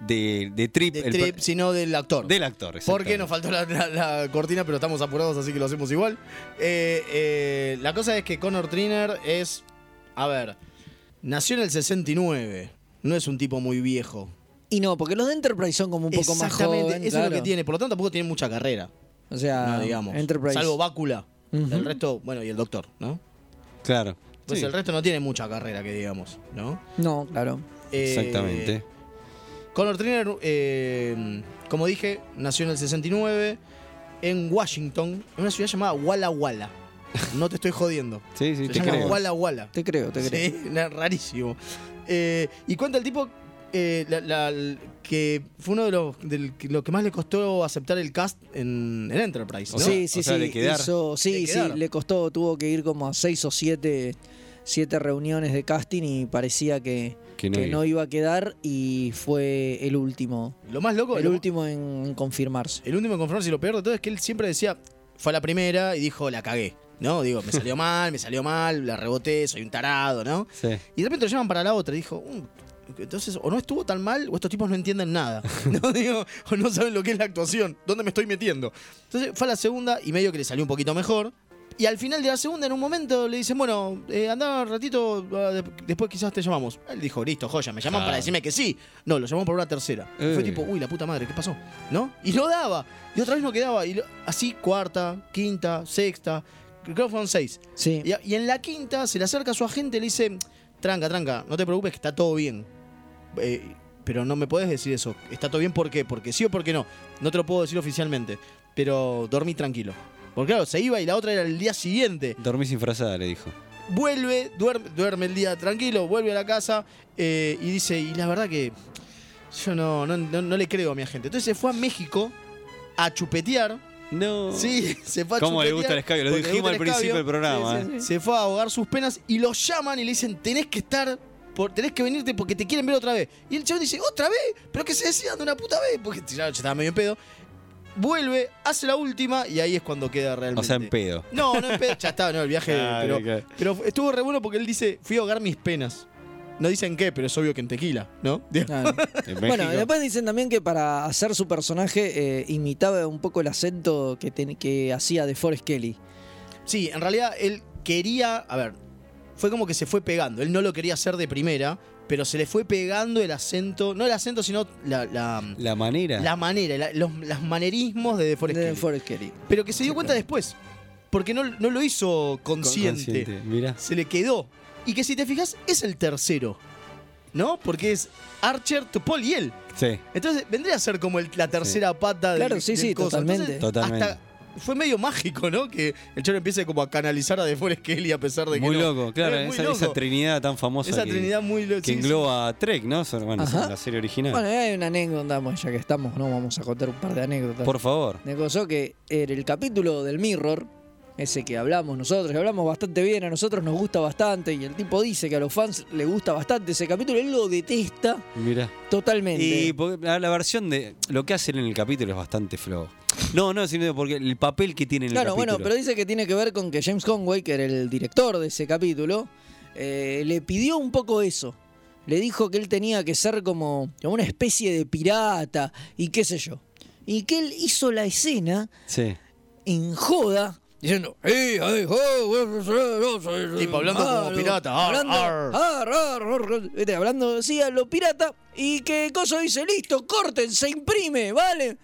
Speaker 3: de, de Trip,
Speaker 4: De
Speaker 3: el per-
Speaker 4: Trip, sino del actor.
Speaker 3: del actor.
Speaker 4: Porque
Speaker 3: exactamente.
Speaker 4: nos faltó la, la- la cortina, pero estamos apurados, así que lo hacemos igual. Eh, eh, la cosa es que Connor Triner es. A ver, nació en el 69. No es un tipo muy viejo.
Speaker 2: Y no, porque los de Enterprise son como un poco más
Speaker 4: Exactamente,
Speaker 2: joven,
Speaker 4: eso es lo
Speaker 2: claro.
Speaker 4: que tiene. Por lo tanto, tampoco tiene mucha carrera.
Speaker 2: O sea,
Speaker 4: no, digamos.
Speaker 2: Ah, Enterprise.
Speaker 4: Salvo Bácula.
Speaker 2: Ujú.
Speaker 4: El resto, bueno, y el doctor, ¿no?
Speaker 3: Claro.
Speaker 4: Pues
Speaker 3: Sí,
Speaker 4: el resto no tiene mucha carrera, que digamos, ¿no?
Speaker 2: No, claro.
Speaker 4: Eh,
Speaker 3: Exactamente.
Speaker 4: Connor Trainer, como dije, nació en el 69 en Washington, en una ciudad llamada Walla Walla. No te estoy jodiendo.
Speaker 3: Sí, sí,
Speaker 4: Se
Speaker 3: te
Speaker 4: llama
Speaker 3: creo.
Speaker 4: Walla Walla.
Speaker 2: Te creo, te creo.
Speaker 4: Sí, na- rarísimo. Eh, y cuenta el tipo eh, la- la- l- que fue uno de los del- que- lo que más le costó aceptar el cast en, en Enterprise. ¿no?
Speaker 2: Sí, sí, sí. hizo-
Speaker 4: De
Speaker 2: sí, sí,
Speaker 4: quedar.
Speaker 2: le costó, tuvo que ir como a seis o siete, siete reuniones de casting y parecía que,
Speaker 3: Que no
Speaker 2: que
Speaker 3: iba.
Speaker 2: no iba a quedar y fue el último.
Speaker 4: Lo más loco,
Speaker 2: El
Speaker 4: lo-
Speaker 2: último en confirmarse.
Speaker 4: El último en confrontarse y lo peor de todo es que él siempre decía, fue a la primera y dijo, la cagué. No, digo, me salió mal, me salió mal, la reboté, soy un tarado, ¿no?
Speaker 3: sí.
Speaker 4: Y de repente lo llaman para la otra y dijo, "Mm, Entonces, o no estuvo tan mal, o estos tipos no entienden nada. No digo, o no saben lo que es la actuación, dónde me estoy metiendo. Entonces fue a la segunda y medio que le salió un poquito mejor. Y al final de la segunda, en un momento, le dicen, bueno, eh, andá un ratito, ah, de- después quizás te llamamos. Él dijo, listo, joya, me llaman
Speaker 3: Claro.
Speaker 4: para decirme que sí. No, lo llamó por una tercera. Y Fue
Speaker 3: Eh.
Speaker 4: tipo, uy, la puta madre, ¿qué pasó? ¿No? Y no daba. Y otra vez no quedaba. Y lo- así, cuarta, quinta, sexta. Creo que fueron seis.
Speaker 2: Sí.
Speaker 4: Y, a- y en la quinta se le acerca a su agente y le dice, tranca, tranca, no te preocupes que está todo bien. Eh, pero no me podés decir eso. ¿Está todo bien por qué? Porque sí o porque no. No te lo puedo decir oficialmente. Pero dormí tranquilo. Porque claro, se iba y la otra era el día siguiente.
Speaker 3: Dormí sin frazada, le dijo.
Speaker 4: Vuelve, duerme, duerme el día tranquilo, vuelve a la casa eh, y dice, y la verdad que yo no, no, no- no le creo a mi agente. Entonces se fue a México a chupetear.
Speaker 3: No.
Speaker 4: Sí, se fue a
Speaker 3: ¿Cómo le
Speaker 4: chupetear
Speaker 3: gusta el escabio? Lo
Speaker 4: porque le gusta
Speaker 3: dijimos al
Speaker 4: el escabio.
Speaker 3: principio del programa,
Speaker 4: Sí, sí,
Speaker 3: ¿eh?
Speaker 4: sí. Se fue a ahogar sus penas y lo llaman y le dicen, tenés que estar, por, tenés que venirte porque te quieren ver otra vez. Y el chabón dice, ¿otra vez? ¿Pero que se decían de una puta vez? Porque ya, ya estaba medio en pedo. Vuelve, hace la última y ahí es cuando queda realmente.
Speaker 3: O sea, en Ah, pedo.
Speaker 4: No, no en pedo, ya estaba, no, el viaje.
Speaker 3: Claro,
Speaker 4: pero,
Speaker 3: claro.
Speaker 4: pero estuvo re bueno porque él dice, fui a ahogar mis penas. No dicen qué, pero es obvio que en tequila, ¿no?
Speaker 2: Bueno, después dicen también que para hacer su personaje eh, imitaba un poco el acento que, ten- que hacía de Forrest Kelly.
Speaker 4: Sí, en realidad él quería. A ver, fue como que se fue pegando. Él no lo quería hacer de primera, pero se le fue pegando el acento. No el acento, sino la, la,
Speaker 3: La manera.
Speaker 4: la manera, la- los, los manerismos de The Forest Kelly. Pero que se dio cuenta después. Porque no, no lo hizo consciente.
Speaker 3: Consciente, mirá.
Speaker 4: Se le quedó. Y que si te fijas, es el tercero. ¿No? Porque es Archer, Tupol y él.
Speaker 3: Sí.
Speaker 4: Entonces vendría a ser como el- la tercera pata del
Speaker 2: Claro, sí,
Speaker 4: del
Speaker 2: sí,
Speaker 4: coso.
Speaker 2: totalmente.
Speaker 4: Entonces,
Speaker 3: Totalmente.
Speaker 4: hasta fue medio mágico, ¿no? Que el chorro empiece como a canalizar a De Forest Kelly a pesar de que
Speaker 3: Muy
Speaker 4: no.
Speaker 3: loco, claro,
Speaker 4: Es muy
Speaker 3: esa,
Speaker 4: loco.
Speaker 3: esa trinidad tan famosa.
Speaker 4: Esa
Speaker 3: que-
Speaker 4: trinidad muy lo-
Speaker 3: Que
Speaker 4: sí, sí.
Speaker 3: engloba a Trek, ¿no? Son- Bueno,
Speaker 2: Ajá.
Speaker 3: la serie original.
Speaker 2: Bueno, hay una anécdota, bueno, ya que estamos, ¿no? Vamos a contar un par de anécdotas.
Speaker 3: Por favor.
Speaker 2: Me acosó que en el capítulo del Mirror, ese que hablamos nosotros, que hablamos bastante bien, a nosotros nos gusta bastante, y el tipo dice que a los fans le gusta bastante ese capítulo, él lo detesta
Speaker 3: Mirá.
Speaker 2: totalmente.
Speaker 3: Y porque la, la versión de lo que hacen en el capítulo es bastante flojo. No, no, sino porque el papel que tiene en
Speaker 2: Claro,
Speaker 3: el
Speaker 2: bueno,
Speaker 3: capítulo.
Speaker 2: pero dice que tiene que ver con que James Conway, que era el director de ese capítulo, eh, le pidió un poco eso. Le dijo que él tenía que ser como, como una especie de pirata y qué sé yo. Y que él hizo la escena
Speaker 3: Sí.
Speaker 2: en joda, diciendo, "Eh, eh, oh, bueno, yo soy
Speaker 4: Tipo, hablando como
Speaker 2: malo".
Speaker 4: pirata, ar,
Speaker 2: hablando,
Speaker 4: ar.
Speaker 2: ar, ar, ar, viste, este, hablando, sí, a lo pirata, y que cosa dice, listo, corten, se imprime, vale.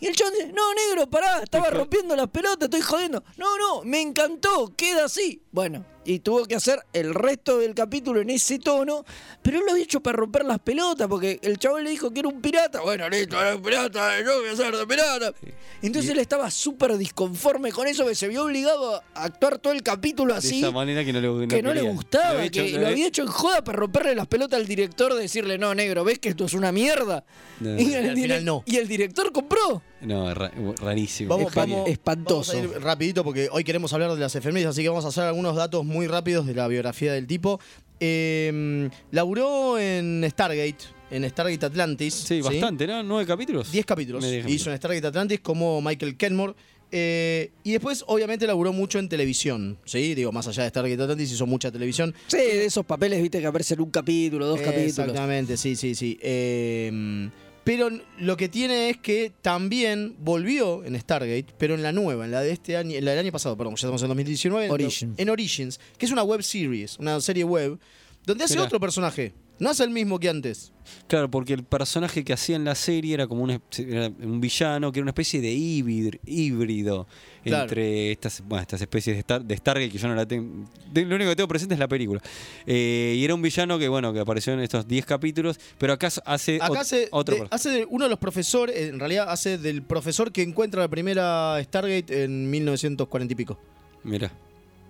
Speaker 2: Y el chon dice, no, negro, pará, estaba rompiendo las pelotas, estoy jodiendo. No, no, me encantó, queda así. Bueno, y tuvo que hacer el resto del capítulo en ese tono, pero él lo había hecho para romper las pelotas, porque el chabón le dijo que era un pirata. Bueno, listo, era un pirata, yo voy a ser de pirata. Entonces él estaba súper disconforme con eso, que se vio obligado a actuar todo el capítulo
Speaker 3: de
Speaker 2: así
Speaker 3: esa manera que no le,
Speaker 2: que no le
Speaker 3: quería.
Speaker 2: gustaba,
Speaker 3: Lo había
Speaker 2: que
Speaker 3: hecho-
Speaker 2: lo había hecho en joda para romperle las pelotas al director, decirle, no, negro, ves que esto es una mierda.
Speaker 3: No.
Speaker 2: Y, el
Speaker 4: Al
Speaker 2: dire-
Speaker 4: final no.
Speaker 2: y el director compró.
Speaker 3: No, es ra- rarísimo.
Speaker 4: Vamos, vamos,
Speaker 2: espantoso.
Speaker 4: vamos a ir rapidito porque hoy queremos hablar de las efemérides, así que vamos a hacer algunos datos muy rápidos de la biografía del tipo. Eh, laburó en Stargate, en Stargate Atlantis.
Speaker 3: Sí, bastante, ¿no? ¿Nueve capítulos?
Speaker 4: Diez capítulos.
Speaker 3: Me dejan.
Speaker 4: Hizo en Stargate Atlantis como Michael Kenmore. Eh, y después, obviamente, laburó mucho en televisión. Sí, digo, más allá de Stargate Atlantis, hizo mucha televisión.
Speaker 2: Sí, de esos papeles, viste, que aparecen un capítulo, dos capítulos.
Speaker 4: Exactamente, sí, sí, sí. Eh, pero lo que tiene es que también volvió en Stargate, pero en la nueva, en la de este año, en la del año pasado, perdón, ya estamos en 2019. en-
Speaker 2: Origin.
Speaker 4: En, Origins, que es una web series, una serie web, donde hace
Speaker 3: Mirá.
Speaker 4: otro personaje. No hace el mismo que antes.
Speaker 3: Claro, porque el personaje que hacía en la serie era como un, era un villano, que era una especie de híbrid- híbrido
Speaker 4: Claro.
Speaker 3: entre estas, bueno, estas especies de, Star, de Stargate que yo no la tengo. de- Lo único que tengo presente es la película. Eh, y era un villano que, bueno, que apareció en estos 10 capítulos, pero acá hace, Eh, ot-
Speaker 4: Acá hace,
Speaker 3: otro
Speaker 4: de-
Speaker 3: personaje.
Speaker 4: hace de uno de los profesores, en realidad hace del profesor que encuentra la primera Stargate en 1940 y pico.
Speaker 3: Mirá,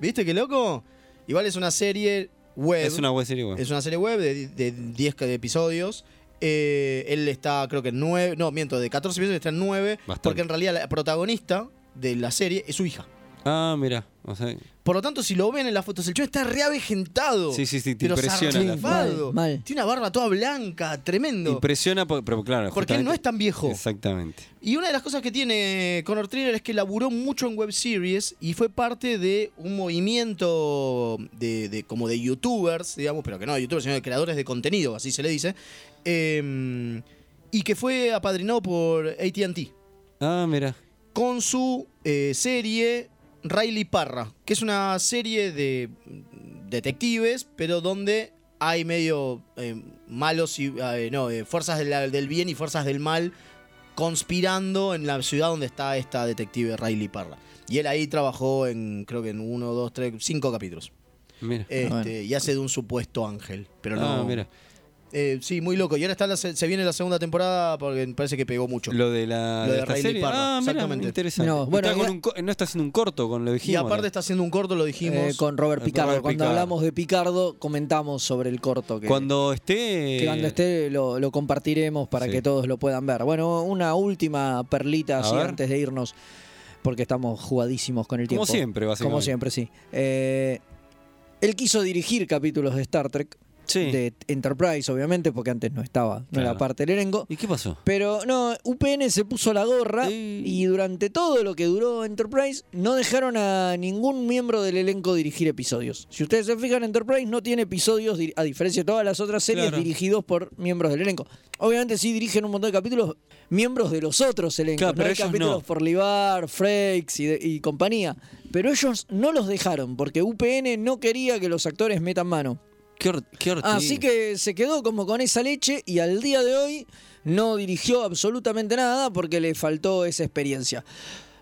Speaker 4: ¿Viste qué loco? Igual es una serie web.
Speaker 3: es una buena serie, bueno.
Speaker 4: Es una serie web de de 10 ca- episodios. Eh, él está, creo que en 9. No, miento, de 14 episodios está en 9.
Speaker 3: Bastante.
Speaker 4: Porque en realidad la protagonista de la serie es su hija.
Speaker 3: Ah, mirá. O sea,
Speaker 4: Por lo tanto, si lo ven en las fotos, el chon está reavejentado.
Speaker 3: Sí, sí, sí, te
Speaker 4: pero
Speaker 3: impresiona la foto.
Speaker 4: zarpado. Tiene una barba toda blanca, tremendo.
Speaker 3: Impresiona, por- pero claro.
Speaker 4: Porque él no
Speaker 3: justamente-
Speaker 4: es tan viejo.
Speaker 3: Exactamente.
Speaker 4: Y una de las cosas que tiene Connor Trigger es que laburó mucho en web series y fue parte de un movimiento de, de- como de youtubers, digamos, pero que no de youtubers, sino de creadores de contenido, así se le dice. eh, y que fue apadrinado por ATT
Speaker 3: Ah, mira.
Speaker 4: con su eh, serie Riley Parra, que es una serie de mm, detectives, pero donde hay medio eh, malos y eh, no, eh, fuerzas de la- del bien y fuerzas del mal conspirando en la ciudad donde está esta detective Riley Parra. Y él ahí trabajó en, creo que en uno, dos, tres, cinco capítulos.
Speaker 3: Mira.
Speaker 4: Este, Y hace de un supuesto ángel, pero
Speaker 3: Ah,
Speaker 4: no...
Speaker 3: mira.
Speaker 4: Eh, sí, muy loco. Y ahora está la se se viene la segunda temporada porque me parece que pegó mucho.
Speaker 3: Lo de la
Speaker 4: Lo de
Speaker 3: esta
Speaker 4: Riley
Speaker 3: serie.
Speaker 4: Parra,
Speaker 3: ah, mira,
Speaker 4: exactamente.
Speaker 3: interesante.
Speaker 4: No,
Speaker 3: No,
Speaker 4: bueno,
Speaker 3: está con
Speaker 4: y-
Speaker 3: un co- no está haciendo un corto con lo
Speaker 4: Y
Speaker 3: dijimos.
Speaker 4: aparte está haciendo un corto, lo dijimos.
Speaker 2: Eh, con Robert
Speaker 3: Con
Speaker 2: Picardo.
Speaker 3: Robert
Speaker 2: Cuando
Speaker 3: Picardo.
Speaker 2: hablamos de Picardo, comentamos sobre el corto que,
Speaker 3: Cuando esté.
Speaker 2: que cuando esté lo, lo compartiremos para
Speaker 3: Sí.
Speaker 2: que todos lo puedan ver. Bueno, una última perlita
Speaker 3: A
Speaker 2: así
Speaker 3: ver.
Speaker 2: antes de irnos, porque estamos jugadísimos con el
Speaker 3: Como
Speaker 2: tiempo.
Speaker 3: siempre, básicamente.
Speaker 2: Como siempre, sí. Eh, él quiso dirigir capítulos de Star Trek. De Enterprise, obviamente, porque antes no estaba, no
Speaker 3: Claro.
Speaker 2: era parte del elenco.
Speaker 3: ¿Y qué pasó?
Speaker 2: Pero no, UPN se puso la gorra y durante todo lo que duró Enterprise no dejaron a ningún miembro del elenco dirigir episodios. Si ustedes se fijan, Enterprise no tiene episodios, dir- a diferencia de todas las otras series,
Speaker 3: Claro.
Speaker 2: dirigidos por miembros del elenco. Obviamente sí dirigen un montón de capítulos miembros de los otros elencos.
Speaker 3: Claro,
Speaker 2: no
Speaker 3: pero
Speaker 2: hay
Speaker 3: ellos
Speaker 2: capítulos
Speaker 3: no.
Speaker 2: por Libar, Frakes y, de- y compañía. Pero ellos no los dejaron porque UPN no quería que los actores metan mano.
Speaker 3: Qué, or- qué ortiz.
Speaker 2: Así Ah, que se quedó como con esa leche y al día de hoy no dirigió absolutamente nada porque le faltó esa experiencia.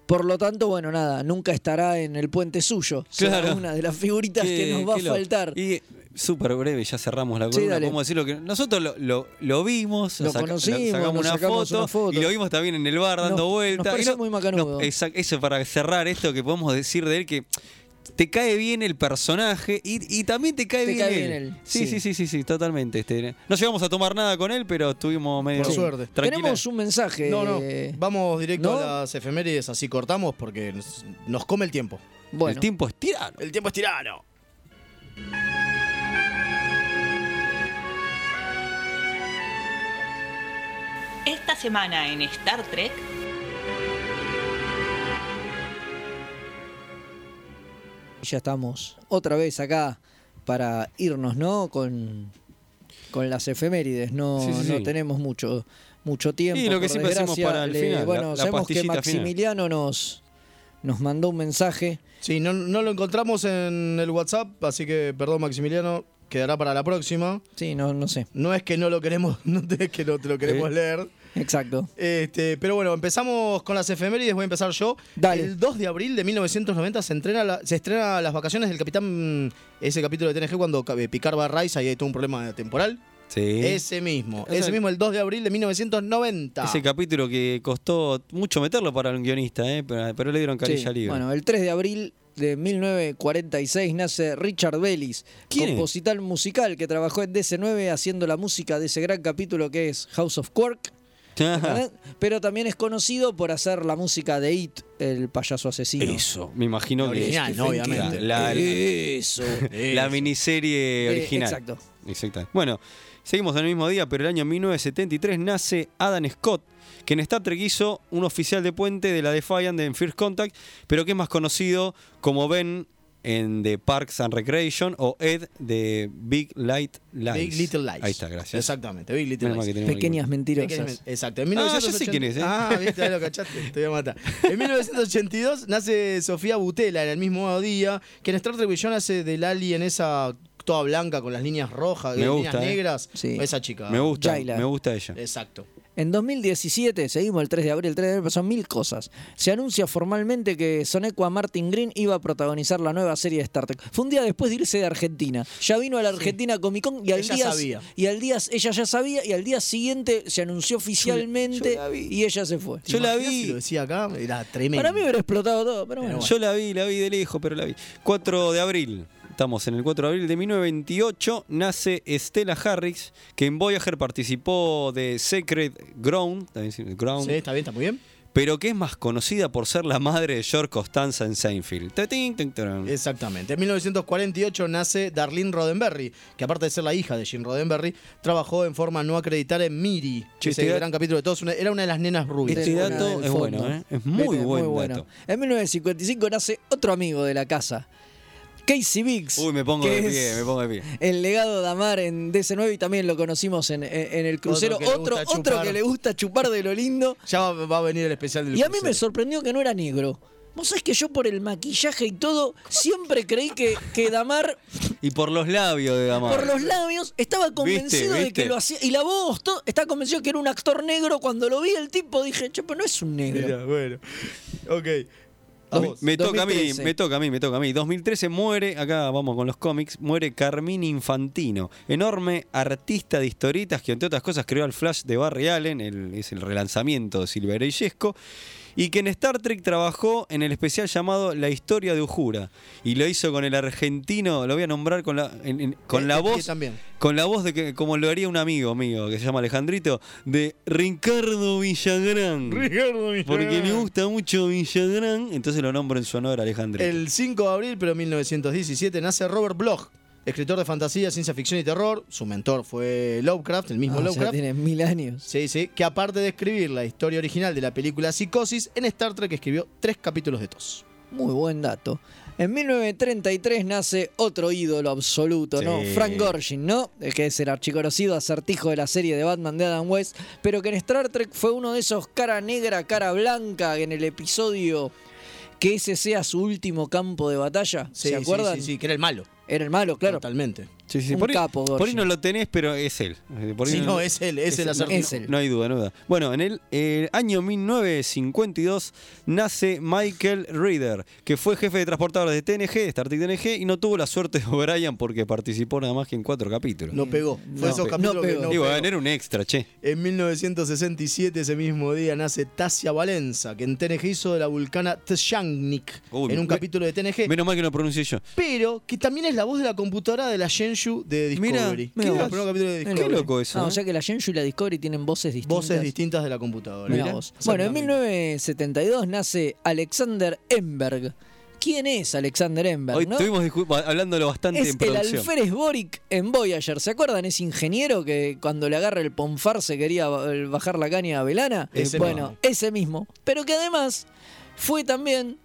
Speaker 2: Por lo tanto, bueno, nada, nunca estará en el puente suyo. Será
Speaker 3: Claro.
Speaker 2: una de las figuritas
Speaker 3: Qué-
Speaker 2: que nos va
Speaker 3: qué
Speaker 2: a
Speaker 3: loco.
Speaker 2: faltar.
Speaker 3: Y eh, súper breve, ya cerramos la
Speaker 2: Sí,
Speaker 3: columna.
Speaker 2: dale.
Speaker 3: Podemos decir lo que nosotros lo, lo- lo vimos,
Speaker 2: Lo
Speaker 3: saca-
Speaker 2: conocimos,
Speaker 3: sacamos
Speaker 2: nos
Speaker 3: una
Speaker 2: sacamos
Speaker 3: foto,
Speaker 2: una foto.
Speaker 3: y lo vimos también en el bar dando
Speaker 2: Nos-
Speaker 3: vueltas.
Speaker 2: nos pareció
Speaker 3: Y no-
Speaker 2: muy macanudo.
Speaker 3: no, exact- eso para cerrar esto que podemos decir de él que te cae bien el personaje y, y también te cae
Speaker 2: Te
Speaker 3: bien
Speaker 2: cae
Speaker 3: él.
Speaker 2: bien él,
Speaker 3: Sí,
Speaker 2: sí.
Speaker 3: sí, sí, sí, sí, totalmente. Este, no llegamos a tomar nada con él, pero estuvimos medio
Speaker 4: Por suerte.
Speaker 3: tranquila.
Speaker 2: Tenemos un mensaje. eh,
Speaker 4: No, no. Vamos directo
Speaker 2: ¿no?
Speaker 4: a las efemérides, así cortamos porque nos, nos come el tiempo.
Speaker 2: Bueno.
Speaker 3: El tiempo es tirano.
Speaker 4: El tiempo es tirano.
Speaker 5: Esta semana en Star Trek,
Speaker 2: Ya estamos otra vez acá para irnos, ¿no? Con, con las efemérides. No,
Speaker 3: Sí, sí,
Speaker 2: no
Speaker 3: sí.
Speaker 2: tenemos mucho, mucho tiempo.
Speaker 3: Y lo que
Speaker 2: por
Speaker 3: siempre hacemos
Speaker 2: desgracia.
Speaker 3: para el
Speaker 2: Le-
Speaker 3: final, la-
Speaker 2: Bueno,
Speaker 3: la
Speaker 2: sabemos que
Speaker 3: pastillita final.
Speaker 2: Maximiliano nos, nos mandó un mensaje.
Speaker 4: Sí, no, no lo encontramos en el WhatsApp, así que perdón, Maximiliano, quedará para la próxima.
Speaker 2: Sí, no, no sé.
Speaker 4: No es que no lo queremos, no es que no te lo queremos
Speaker 2: Sí.
Speaker 4: leer.
Speaker 2: Exacto.
Speaker 4: Este, pero bueno, empezamos con las efemérides, voy a empezar yo.
Speaker 2: Dale.
Speaker 4: El 2 de abril de 1990 se, entrena la- se estrena Las vacaciones del Capitán, mm, ese capítulo de TNG cuando eh, Picard va a Rice, ahí hay todo un problema temporal.
Speaker 3: Sí.
Speaker 4: Ese mismo,
Speaker 3: Ese-
Speaker 4: ese mismo el 2 de abril de 1990.
Speaker 3: Ese capítulo que costó mucho meterlo para un guionista, ¿eh? pero, pero le dieron carilla
Speaker 2: Sí,
Speaker 3: libre.
Speaker 2: Bueno, el 3 de abril de 1946 nace Richard Bellis,
Speaker 3: ¿Quién es?
Speaker 2: compositor musical que trabajó en DC9 haciendo la música de ese gran capítulo que es House of Quark. ¿verdad? Pero también es conocido por hacer la música de It, el payaso asesino.
Speaker 3: Eso, me imagino
Speaker 2: La
Speaker 3: que
Speaker 2: original, ¿no? Obviamente.
Speaker 3: La, la-
Speaker 4: Eh,
Speaker 2: Eso,
Speaker 3: la miniserie
Speaker 2: Eh,
Speaker 3: original.
Speaker 2: exacto.
Speaker 3: Exacto. Bueno, seguimos en el mismo día, pero el año 1973 nace Adam Scott, que en Star Trek hizo un oficial de puente de la Defiant en First Contact, pero que es más conocido como Ben en The Parks and Recreation o Ed de Big Light Lies.
Speaker 4: Big Little Lies.
Speaker 3: Ahí está, gracias.
Speaker 4: Exactamente, Big Little
Speaker 3: Menos mal
Speaker 4: Lies.
Speaker 3: que tenemos
Speaker 2: Pequeñas
Speaker 3: alguien.
Speaker 2: mentirosas.
Speaker 4: Pequeñas men- Exacto.
Speaker 3: Ah,
Speaker 4: En 1980
Speaker 3: ya sé quién es, ¿eh?
Speaker 4: Ah, viste, ahí lo cachaste, te voy a matar. En 1982 nace Sofía Butela, en el mismo día, que en Star Trek Vision hace del alien esa toda blanca con las líneas rojas,
Speaker 3: Me
Speaker 4: las
Speaker 3: gusta,
Speaker 4: líneas
Speaker 3: ¿eh?
Speaker 4: negras.
Speaker 2: Sí.
Speaker 4: Esa chica.
Speaker 3: Me gusta,
Speaker 2: Jaila.
Speaker 3: me gusta ella.
Speaker 4: Exacto.
Speaker 2: En 2017, seguimos el 3 de abril, el 3 de abril pasaron mil cosas. Se anuncia formalmente que Sonequa Martin Green iba a protagonizar la nueva serie de Star Trek. Fue un día después de irse de Argentina. Ya vino a la Argentina Comic Con y al
Speaker 4: Ella
Speaker 2: día
Speaker 4: sabía.
Speaker 2: y al día ella ya sabía y al día siguiente se anunció oficialmente y ella se fue.
Speaker 4: ¿Te imaginas si lo decía acá, era tremendo.
Speaker 2: Para mí hubiera explotado todo, pero bueno.
Speaker 3: Yo la vi, la vi de lejos, pero la vi. 4 de abril. Estamos en el 4 de abril de 1928. Nace Stella Harris, que en Voyager participó de Secret Ground. También, sí, Ground
Speaker 4: Sí, está bien, está muy bien.
Speaker 3: pero que es más conocida por ser la madre de George Costanza en Seinfeld. Tatín, tin, tarán.
Speaker 4: Exactamente. En 1948 nace Darlene Roddenberry, que aparte de ser la hija de Jim Roddenberry, trabajó en forma no acreditada en Miri,
Speaker 3: Che,
Speaker 4: que es el
Speaker 3: este
Speaker 4: gran capítulo de todos. una- era una de las nenas rubias.
Speaker 3: Este
Speaker 4: Una
Speaker 3: dato
Speaker 4: del
Speaker 3: es
Speaker 4: fondo.
Speaker 3: bueno, ¿eh? es muy
Speaker 2: Este,
Speaker 3: buen
Speaker 2: bueno.
Speaker 3: dato.
Speaker 2: En 1955 nace otro amigo de la casa, Casey Biggs.
Speaker 3: Uy, me pongo
Speaker 2: que
Speaker 3: de
Speaker 2: es
Speaker 3: pie, me pongo de pie.
Speaker 2: El legado de Amar en DC9 y también lo conocimos en, en- en el crucero.
Speaker 4: Otro que le
Speaker 2: Otro,
Speaker 4: gusta
Speaker 2: otro
Speaker 4: chupar.
Speaker 2: que le gusta chupar de lo lindo.
Speaker 4: Ya va, va a venir el especial del
Speaker 2: Y a mí me sorprendió que no era negro. Vos sabés que yo por el maquillaje y todo siempre creí que, que Damar,
Speaker 3: Y por los labios de Damar.
Speaker 2: por los labios, estaba convencido de
Speaker 3: viste?
Speaker 2: que lo hacía. Y la voz, todo, estaba convencido que era un actor negro. Cuando lo vi el tipo dije, che, pero no es un negro.
Speaker 4: Mirá, bueno. Ok. A
Speaker 3: Me,
Speaker 4: vos.
Speaker 3: me toca a mí,
Speaker 2: 2013.
Speaker 3: me toca a mí, me toca a mí. 2013 muere, acá vamos con los cómics, muere Carmine Infantino, enorme artista de historietas que entre otras cosas creó el Flash de Barry Allen, el- es el relanzamiento de Silver Yesco, y que en Star Trek trabajó en el especial llamado La historia de Ujura, y lo hizo con el argentino, lo voy a nombrar con la, en- en- con la
Speaker 4: Eh, eh,
Speaker 3: voz...
Speaker 4: también.
Speaker 3: Con la voz de que, como lo haría un amigo mío, que se llama Alejandrito, de Ricardo Villagrán.
Speaker 4: Ricardo Villagrán.
Speaker 3: Porque le gusta mucho Villagrán, entonces lo nombro en su honor, Alejandrito.
Speaker 4: El 5 de abril, pero 1917, nace Robert Bloch, escritor de fantasía, ciencia ficción y terror. Su mentor fue Lovecraft, el
Speaker 2: Ah,
Speaker 4: mismo
Speaker 2: o sea,
Speaker 4: Lovecraft.
Speaker 2: tiene mil años.
Speaker 4: Sí, sí, que aparte de escribir la historia original de la película Psicosis, en Star Trek escribió tres capítulos de tos.
Speaker 2: Muy buen dato. En 1933 nace otro ídolo absoluto, ¿no?
Speaker 4: Sí.
Speaker 2: Frank Gorshin, ¿no? El Que es el archiconocido acertijo de la serie de Batman de Adam West, pero que en Star Trek fue uno de esos cara negra, cara blanca, en el episodio que ese sea su último campo de batalla.
Speaker 4: Sí,
Speaker 2: ¿Se
Speaker 4: sí,
Speaker 2: acuerdan?
Speaker 4: Sí, sí, que era el malo.
Speaker 2: Era el malo, claro.
Speaker 4: Totalmente.
Speaker 3: Sí, sí,
Speaker 2: un
Speaker 3: por, ahí-
Speaker 2: capo,
Speaker 3: por ahí,
Speaker 2: Gorshin.
Speaker 3: no lo tenés, pero es él. Eh, por ahí
Speaker 4: Sí, no, es él, es el acertijo.
Speaker 2: Es él.
Speaker 3: No hay duda, no hay duda. Bueno, en el eh, año 1952 nace Michael Reader, que fue jefe de transportadores de TNG, de Star Trek TNG, y no tuvo la suerte de O'Brien porque participó nada más que en cuatro capítulos.
Speaker 4: No pegó. Fue esos
Speaker 3: pe-
Speaker 4: capítulos que no
Speaker 3: Y bueno,
Speaker 4: pegó.
Speaker 3: era un extra, che.
Speaker 4: En 1967, ese mismo día, nace Tasia Valenza, que en TNG hizo de la vulcana Tsangnik,
Speaker 3: Uy,
Speaker 4: en un
Speaker 3: me-
Speaker 4: capítulo de TNG.
Speaker 3: Menos mal que no pronuncié yo.
Speaker 4: pero que también es la voz de la computadora de la Shenzhou de
Speaker 3: Mirá,
Speaker 4: Discovery.
Speaker 3: mirá
Speaker 4: Que
Speaker 3: vos.
Speaker 4: era el primer capítulo de
Speaker 3: Qué
Speaker 4: Discovery.
Speaker 3: loco eso,
Speaker 2: Ah,
Speaker 3: ¿eh?
Speaker 2: o sea que la Genshu y la Discovery tienen voces distintas.
Speaker 4: Voces distintas de la computadora.
Speaker 2: Mirá vos. Bueno, en 1972 nace Alexander Emberg. ¿Quién es Alexander Emberg?
Speaker 3: Hoy
Speaker 2: no?
Speaker 3: estuvimos discu- hablándolo bastante
Speaker 2: Es
Speaker 3: en
Speaker 2: el
Speaker 3: producción.
Speaker 2: alférez Boric en Voyager. ¿Se acuerdan? Ese ingeniero que cuando le agarra el ponfar se quería eh, bajar la caña a Velana.
Speaker 4: Ese
Speaker 2: bueno,
Speaker 4: mismo.
Speaker 2: ese mismo. Pero que además fue también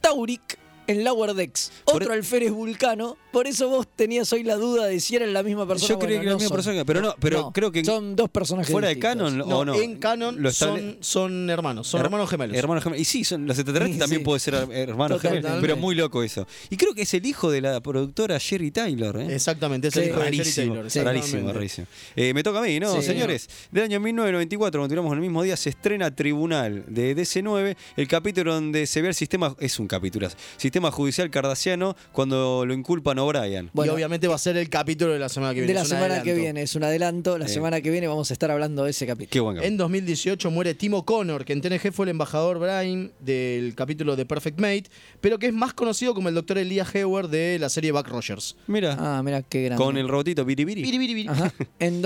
Speaker 2: Tauric en Lower Decks.
Speaker 3: Por e-
Speaker 2: Otro alférez vulcano. Por eso vos tenías hoy la duda de si eran la misma persona.
Speaker 3: Yo creí
Speaker 2: Bueno,
Speaker 3: que era
Speaker 2: no
Speaker 3: la misma
Speaker 2: son.
Speaker 3: persona, pero no, pero creo que en-
Speaker 2: Son dos personajes
Speaker 3: fuera de
Speaker 2: distintos.
Speaker 3: canon o no.
Speaker 4: En Canon
Speaker 3: Lo estable-
Speaker 4: son, son hermanos, son
Speaker 3: Her-
Speaker 4: hermanos gemelos.
Speaker 3: Hermanos gemelos. Y sí, son, los extraterrestres
Speaker 4: Sí,
Speaker 3: también
Speaker 4: sí.
Speaker 3: puede ser her- hermanos
Speaker 4: Totalmente.
Speaker 3: gemelos. Pero muy loco eso. Y creo que es el hijo de la productora Sherry Taylor. ¿eh?
Speaker 4: Exactamente, es el hijo de Jerry
Speaker 3: rarísimo,
Speaker 4: Taylor,
Speaker 3: Rarísimo,
Speaker 4: exactamente.
Speaker 3: rarísimo. Eh, me toca a mí, ¿no?
Speaker 4: Sí.
Speaker 3: Señores, del año 1994, continuamos en el mismo día, se estrena Tribunal de DC9, el capítulo donde se ve el sistema, es un capítulo, sistema judicial cardasiano cuando lo inculpan a O'Brien.
Speaker 4: y obviamente va a ser el capítulo de la semana que viene.
Speaker 2: De la
Speaker 4: es un
Speaker 2: semana que
Speaker 4: adelanto.
Speaker 2: viene, es un adelanto. La
Speaker 3: Eh.
Speaker 4: Sí.
Speaker 2: semana que viene vamos a estar hablando de ese capítulo.
Speaker 3: Qué buen capítulo.
Speaker 4: En 2018 muere Timo Connor, que en TNG fue el embajador Brian del capítulo de Perfect Mate, pero que es más conocido como el doctor Elias Heward de la serie Buck Rogers.
Speaker 3: Mira,
Speaker 2: Ah, mira qué grande.
Speaker 3: con el robotito biribiri.
Speaker 2: Ajá. En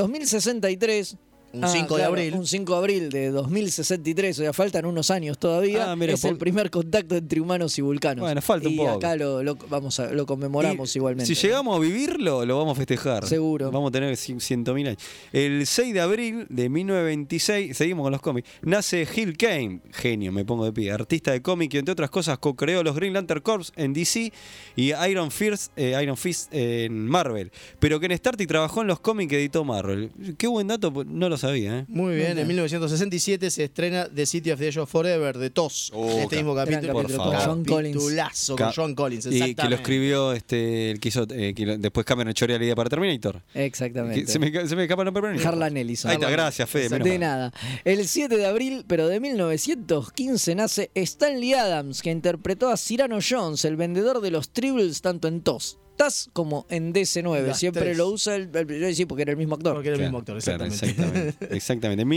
Speaker 2: 2063.
Speaker 4: Un 5 de abril.
Speaker 2: ah, Un 5 de abril de 2063, o sea, faltan unos años todavía.
Speaker 3: Ah, mira,
Speaker 2: es el
Speaker 3: por-
Speaker 2: primer contacto entre humanos y vulcanos.
Speaker 3: Bueno, falta un
Speaker 2: Y
Speaker 3: poco.
Speaker 2: acá lo, lo- vamos a, lo conmemoramos igualmente.
Speaker 3: Si llegamos a vivirlo, lo vamos a festejar.
Speaker 2: Seguro.
Speaker 3: Vamos a tener cien- 100.000 años. El 6 de abril de 1926, seguimos con los cómics, nace Gil Kane, genio, me pongo de pie, artista de cómic que entre otras cosas co-creó los Green Lantern Corps en DC y Iron Fist, eh, Iron Fist en Marvel. Pero que en Star Trek trabajó en los cómics que editó Marvel. Qué buen dato, pues, no lo sabía, ¿eh?
Speaker 4: Muy bien, en 1967 se estrena The City of the Age of Forever de TOS.
Speaker 3: Oh,
Speaker 4: en este
Speaker 3: ca-
Speaker 4: mismo
Speaker 3: gran
Speaker 4: capítulo,
Speaker 3: capítulo, por favor.
Speaker 2: John Collins.
Speaker 4: Capitulazo con
Speaker 3: Ca-
Speaker 4: John Collins,
Speaker 3: Y que lo
Speaker 4: exactamente.
Speaker 3: escribió este, el que hizo, eh, que lo- después Cameron Chorea la idea para Terminator. Que
Speaker 2: Exactamente.
Speaker 3: se, me, ca- se me escapa el nombre. pero no.
Speaker 2: Harlan Ellison.
Speaker 3: Ahí está, gracias, Fede. menos
Speaker 2: De
Speaker 3: mal.
Speaker 2: nada. El 7 de abril, pero de 1915, nace Stanley Adams, que interpretó a Cyrano Jones, el vendedor de los tribbles, tanto en TOS. TAS como en DC9.
Speaker 4: Las
Speaker 2: Siempre
Speaker 4: tres.
Speaker 2: lo usa el, el- yo decía porque era el mismo actor.
Speaker 4: Porque era el mismo
Speaker 3: Claro,
Speaker 4: actor,
Speaker 3: claro,
Speaker 4: exactamente.
Speaker 3: exactamente. exactamente. En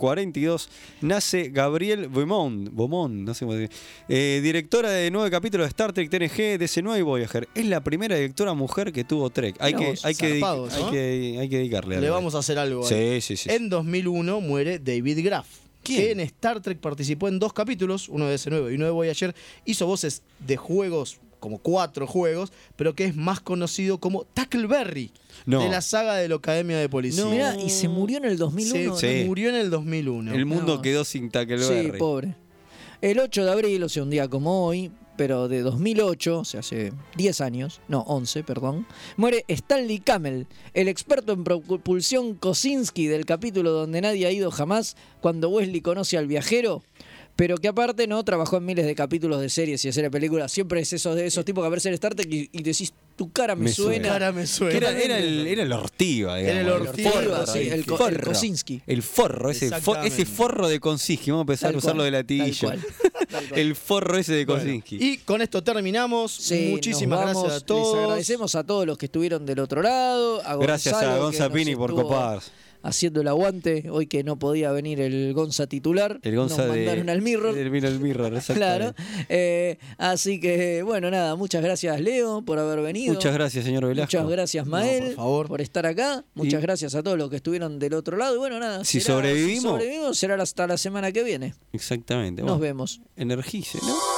Speaker 3: 1942 nace Gabriel Beaumont, Beaumont, no sé cómo decir, eh, directora de nueve capítulos de Star Trek TNG, DC9 y Voyager. Es la primera directora mujer que tuvo Trek. Hay,
Speaker 4: Mirá
Speaker 3: que,
Speaker 4: vos,
Speaker 3: hay, que, dedic-
Speaker 4: zarpados,
Speaker 3: hay
Speaker 4: ¿no?
Speaker 3: que- hay que dedicarle
Speaker 4: Le vamos a hacer algo.
Speaker 3: Sí,
Speaker 4: ahí.
Speaker 3: sí, sí, sí.
Speaker 4: En 2001 muere David Graff, que en Star Trek participó en dos capítulos, uno de ese nuevo y uno de Voyager, hizo voces de juegos, como cuatro juegos, pero que es más conocido como Tackleberry,
Speaker 3: No.
Speaker 4: de la saga de la Academia de Policía.
Speaker 2: No. Mirá, y se murió en el 2001.
Speaker 4: Se,
Speaker 3: Sí.
Speaker 4: murió en el 2001.
Speaker 3: El mundo
Speaker 2: No.
Speaker 3: quedó sin Tackleberry.
Speaker 2: Sí, pobre. El 8 de abril, o sea, un día como hoy, pero de 2008, o sea, hace 10 años, no, 11, perdón, muere Stanley Camel, el experto en propulsión Kosinski del capítulo donde nadie ha ido jamás, cuando Wesley conoce al viajero. Pero que aparte no trabajó en miles de capítulos de series y de series de películas. Siempre es esos de esos tipos que aparecen en Star Trek y, y decís, tu cara me,
Speaker 3: Me
Speaker 2: suena.
Speaker 3: suena. Cara
Speaker 4: me
Speaker 3: Que Era, era el, era el Ortiva,
Speaker 2: Era
Speaker 3: digamos.
Speaker 2: el Ortiva, sí, el co- el Kosinski.
Speaker 3: El forro, ese, fo-
Speaker 4: Exactamente.
Speaker 3: ese forro de Kosinski. Vamos a empezar
Speaker 4: Tal
Speaker 3: a usarlo
Speaker 4: cual,
Speaker 3: de latiguillo.
Speaker 4: tal
Speaker 3: el forro ese de Kosinski.
Speaker 4: Y con esto terminamos.
Speaker 2: Sí,
Speaker 4: Muchísimas
Speaker 2: nos vamos.
Speaker 4: gracias a
Speaker 2: Les
Speaker 4: todos.
Speaker 2: agradecemos a todos los que estuvieron del otro lado. a
Speaker 3: Gracias
Speaker 2: Gonzalo,
Speaker 3: a
Speaker 2: que
Speaker 3: Gonza
Speaker 2: nos
Speaker 3: Pini por
Speaker 2: estuvo
Speaker 3: coparse.
Speaker 2: Haciendo el aguante, hoy que no podía venir el Gonza titular.
Speaker 3: El Gonza
Speaker 2: nos
Speaker 3: de.
Speaker 2: mandaron al Mirror.
Speaker 3: El, el Mirror,
Speaker 2: Claro.
Speaker 3: exactamente.
Speaker 2: Eh, así que, bueno, nada, muchas gracias, Leo, por haber venido.
Speaker 3: Muchas gracias, señor Velasco.
Speaker 2: Muchas gracias, Mael, por, estar acá. Muchas
Speaker 3: Y-
Speaker 2: gracias a todos los que estuvieron del otro lado. Y bueno, nada.
Speaker 3: Si sobrevivimos.
Speaker 2: sobrevivimos, será hasta la semana que viene.
Speaker 3: Exactamente.
Speaker 2: Nos vemos.
Speaker 3: Energice, ¿no?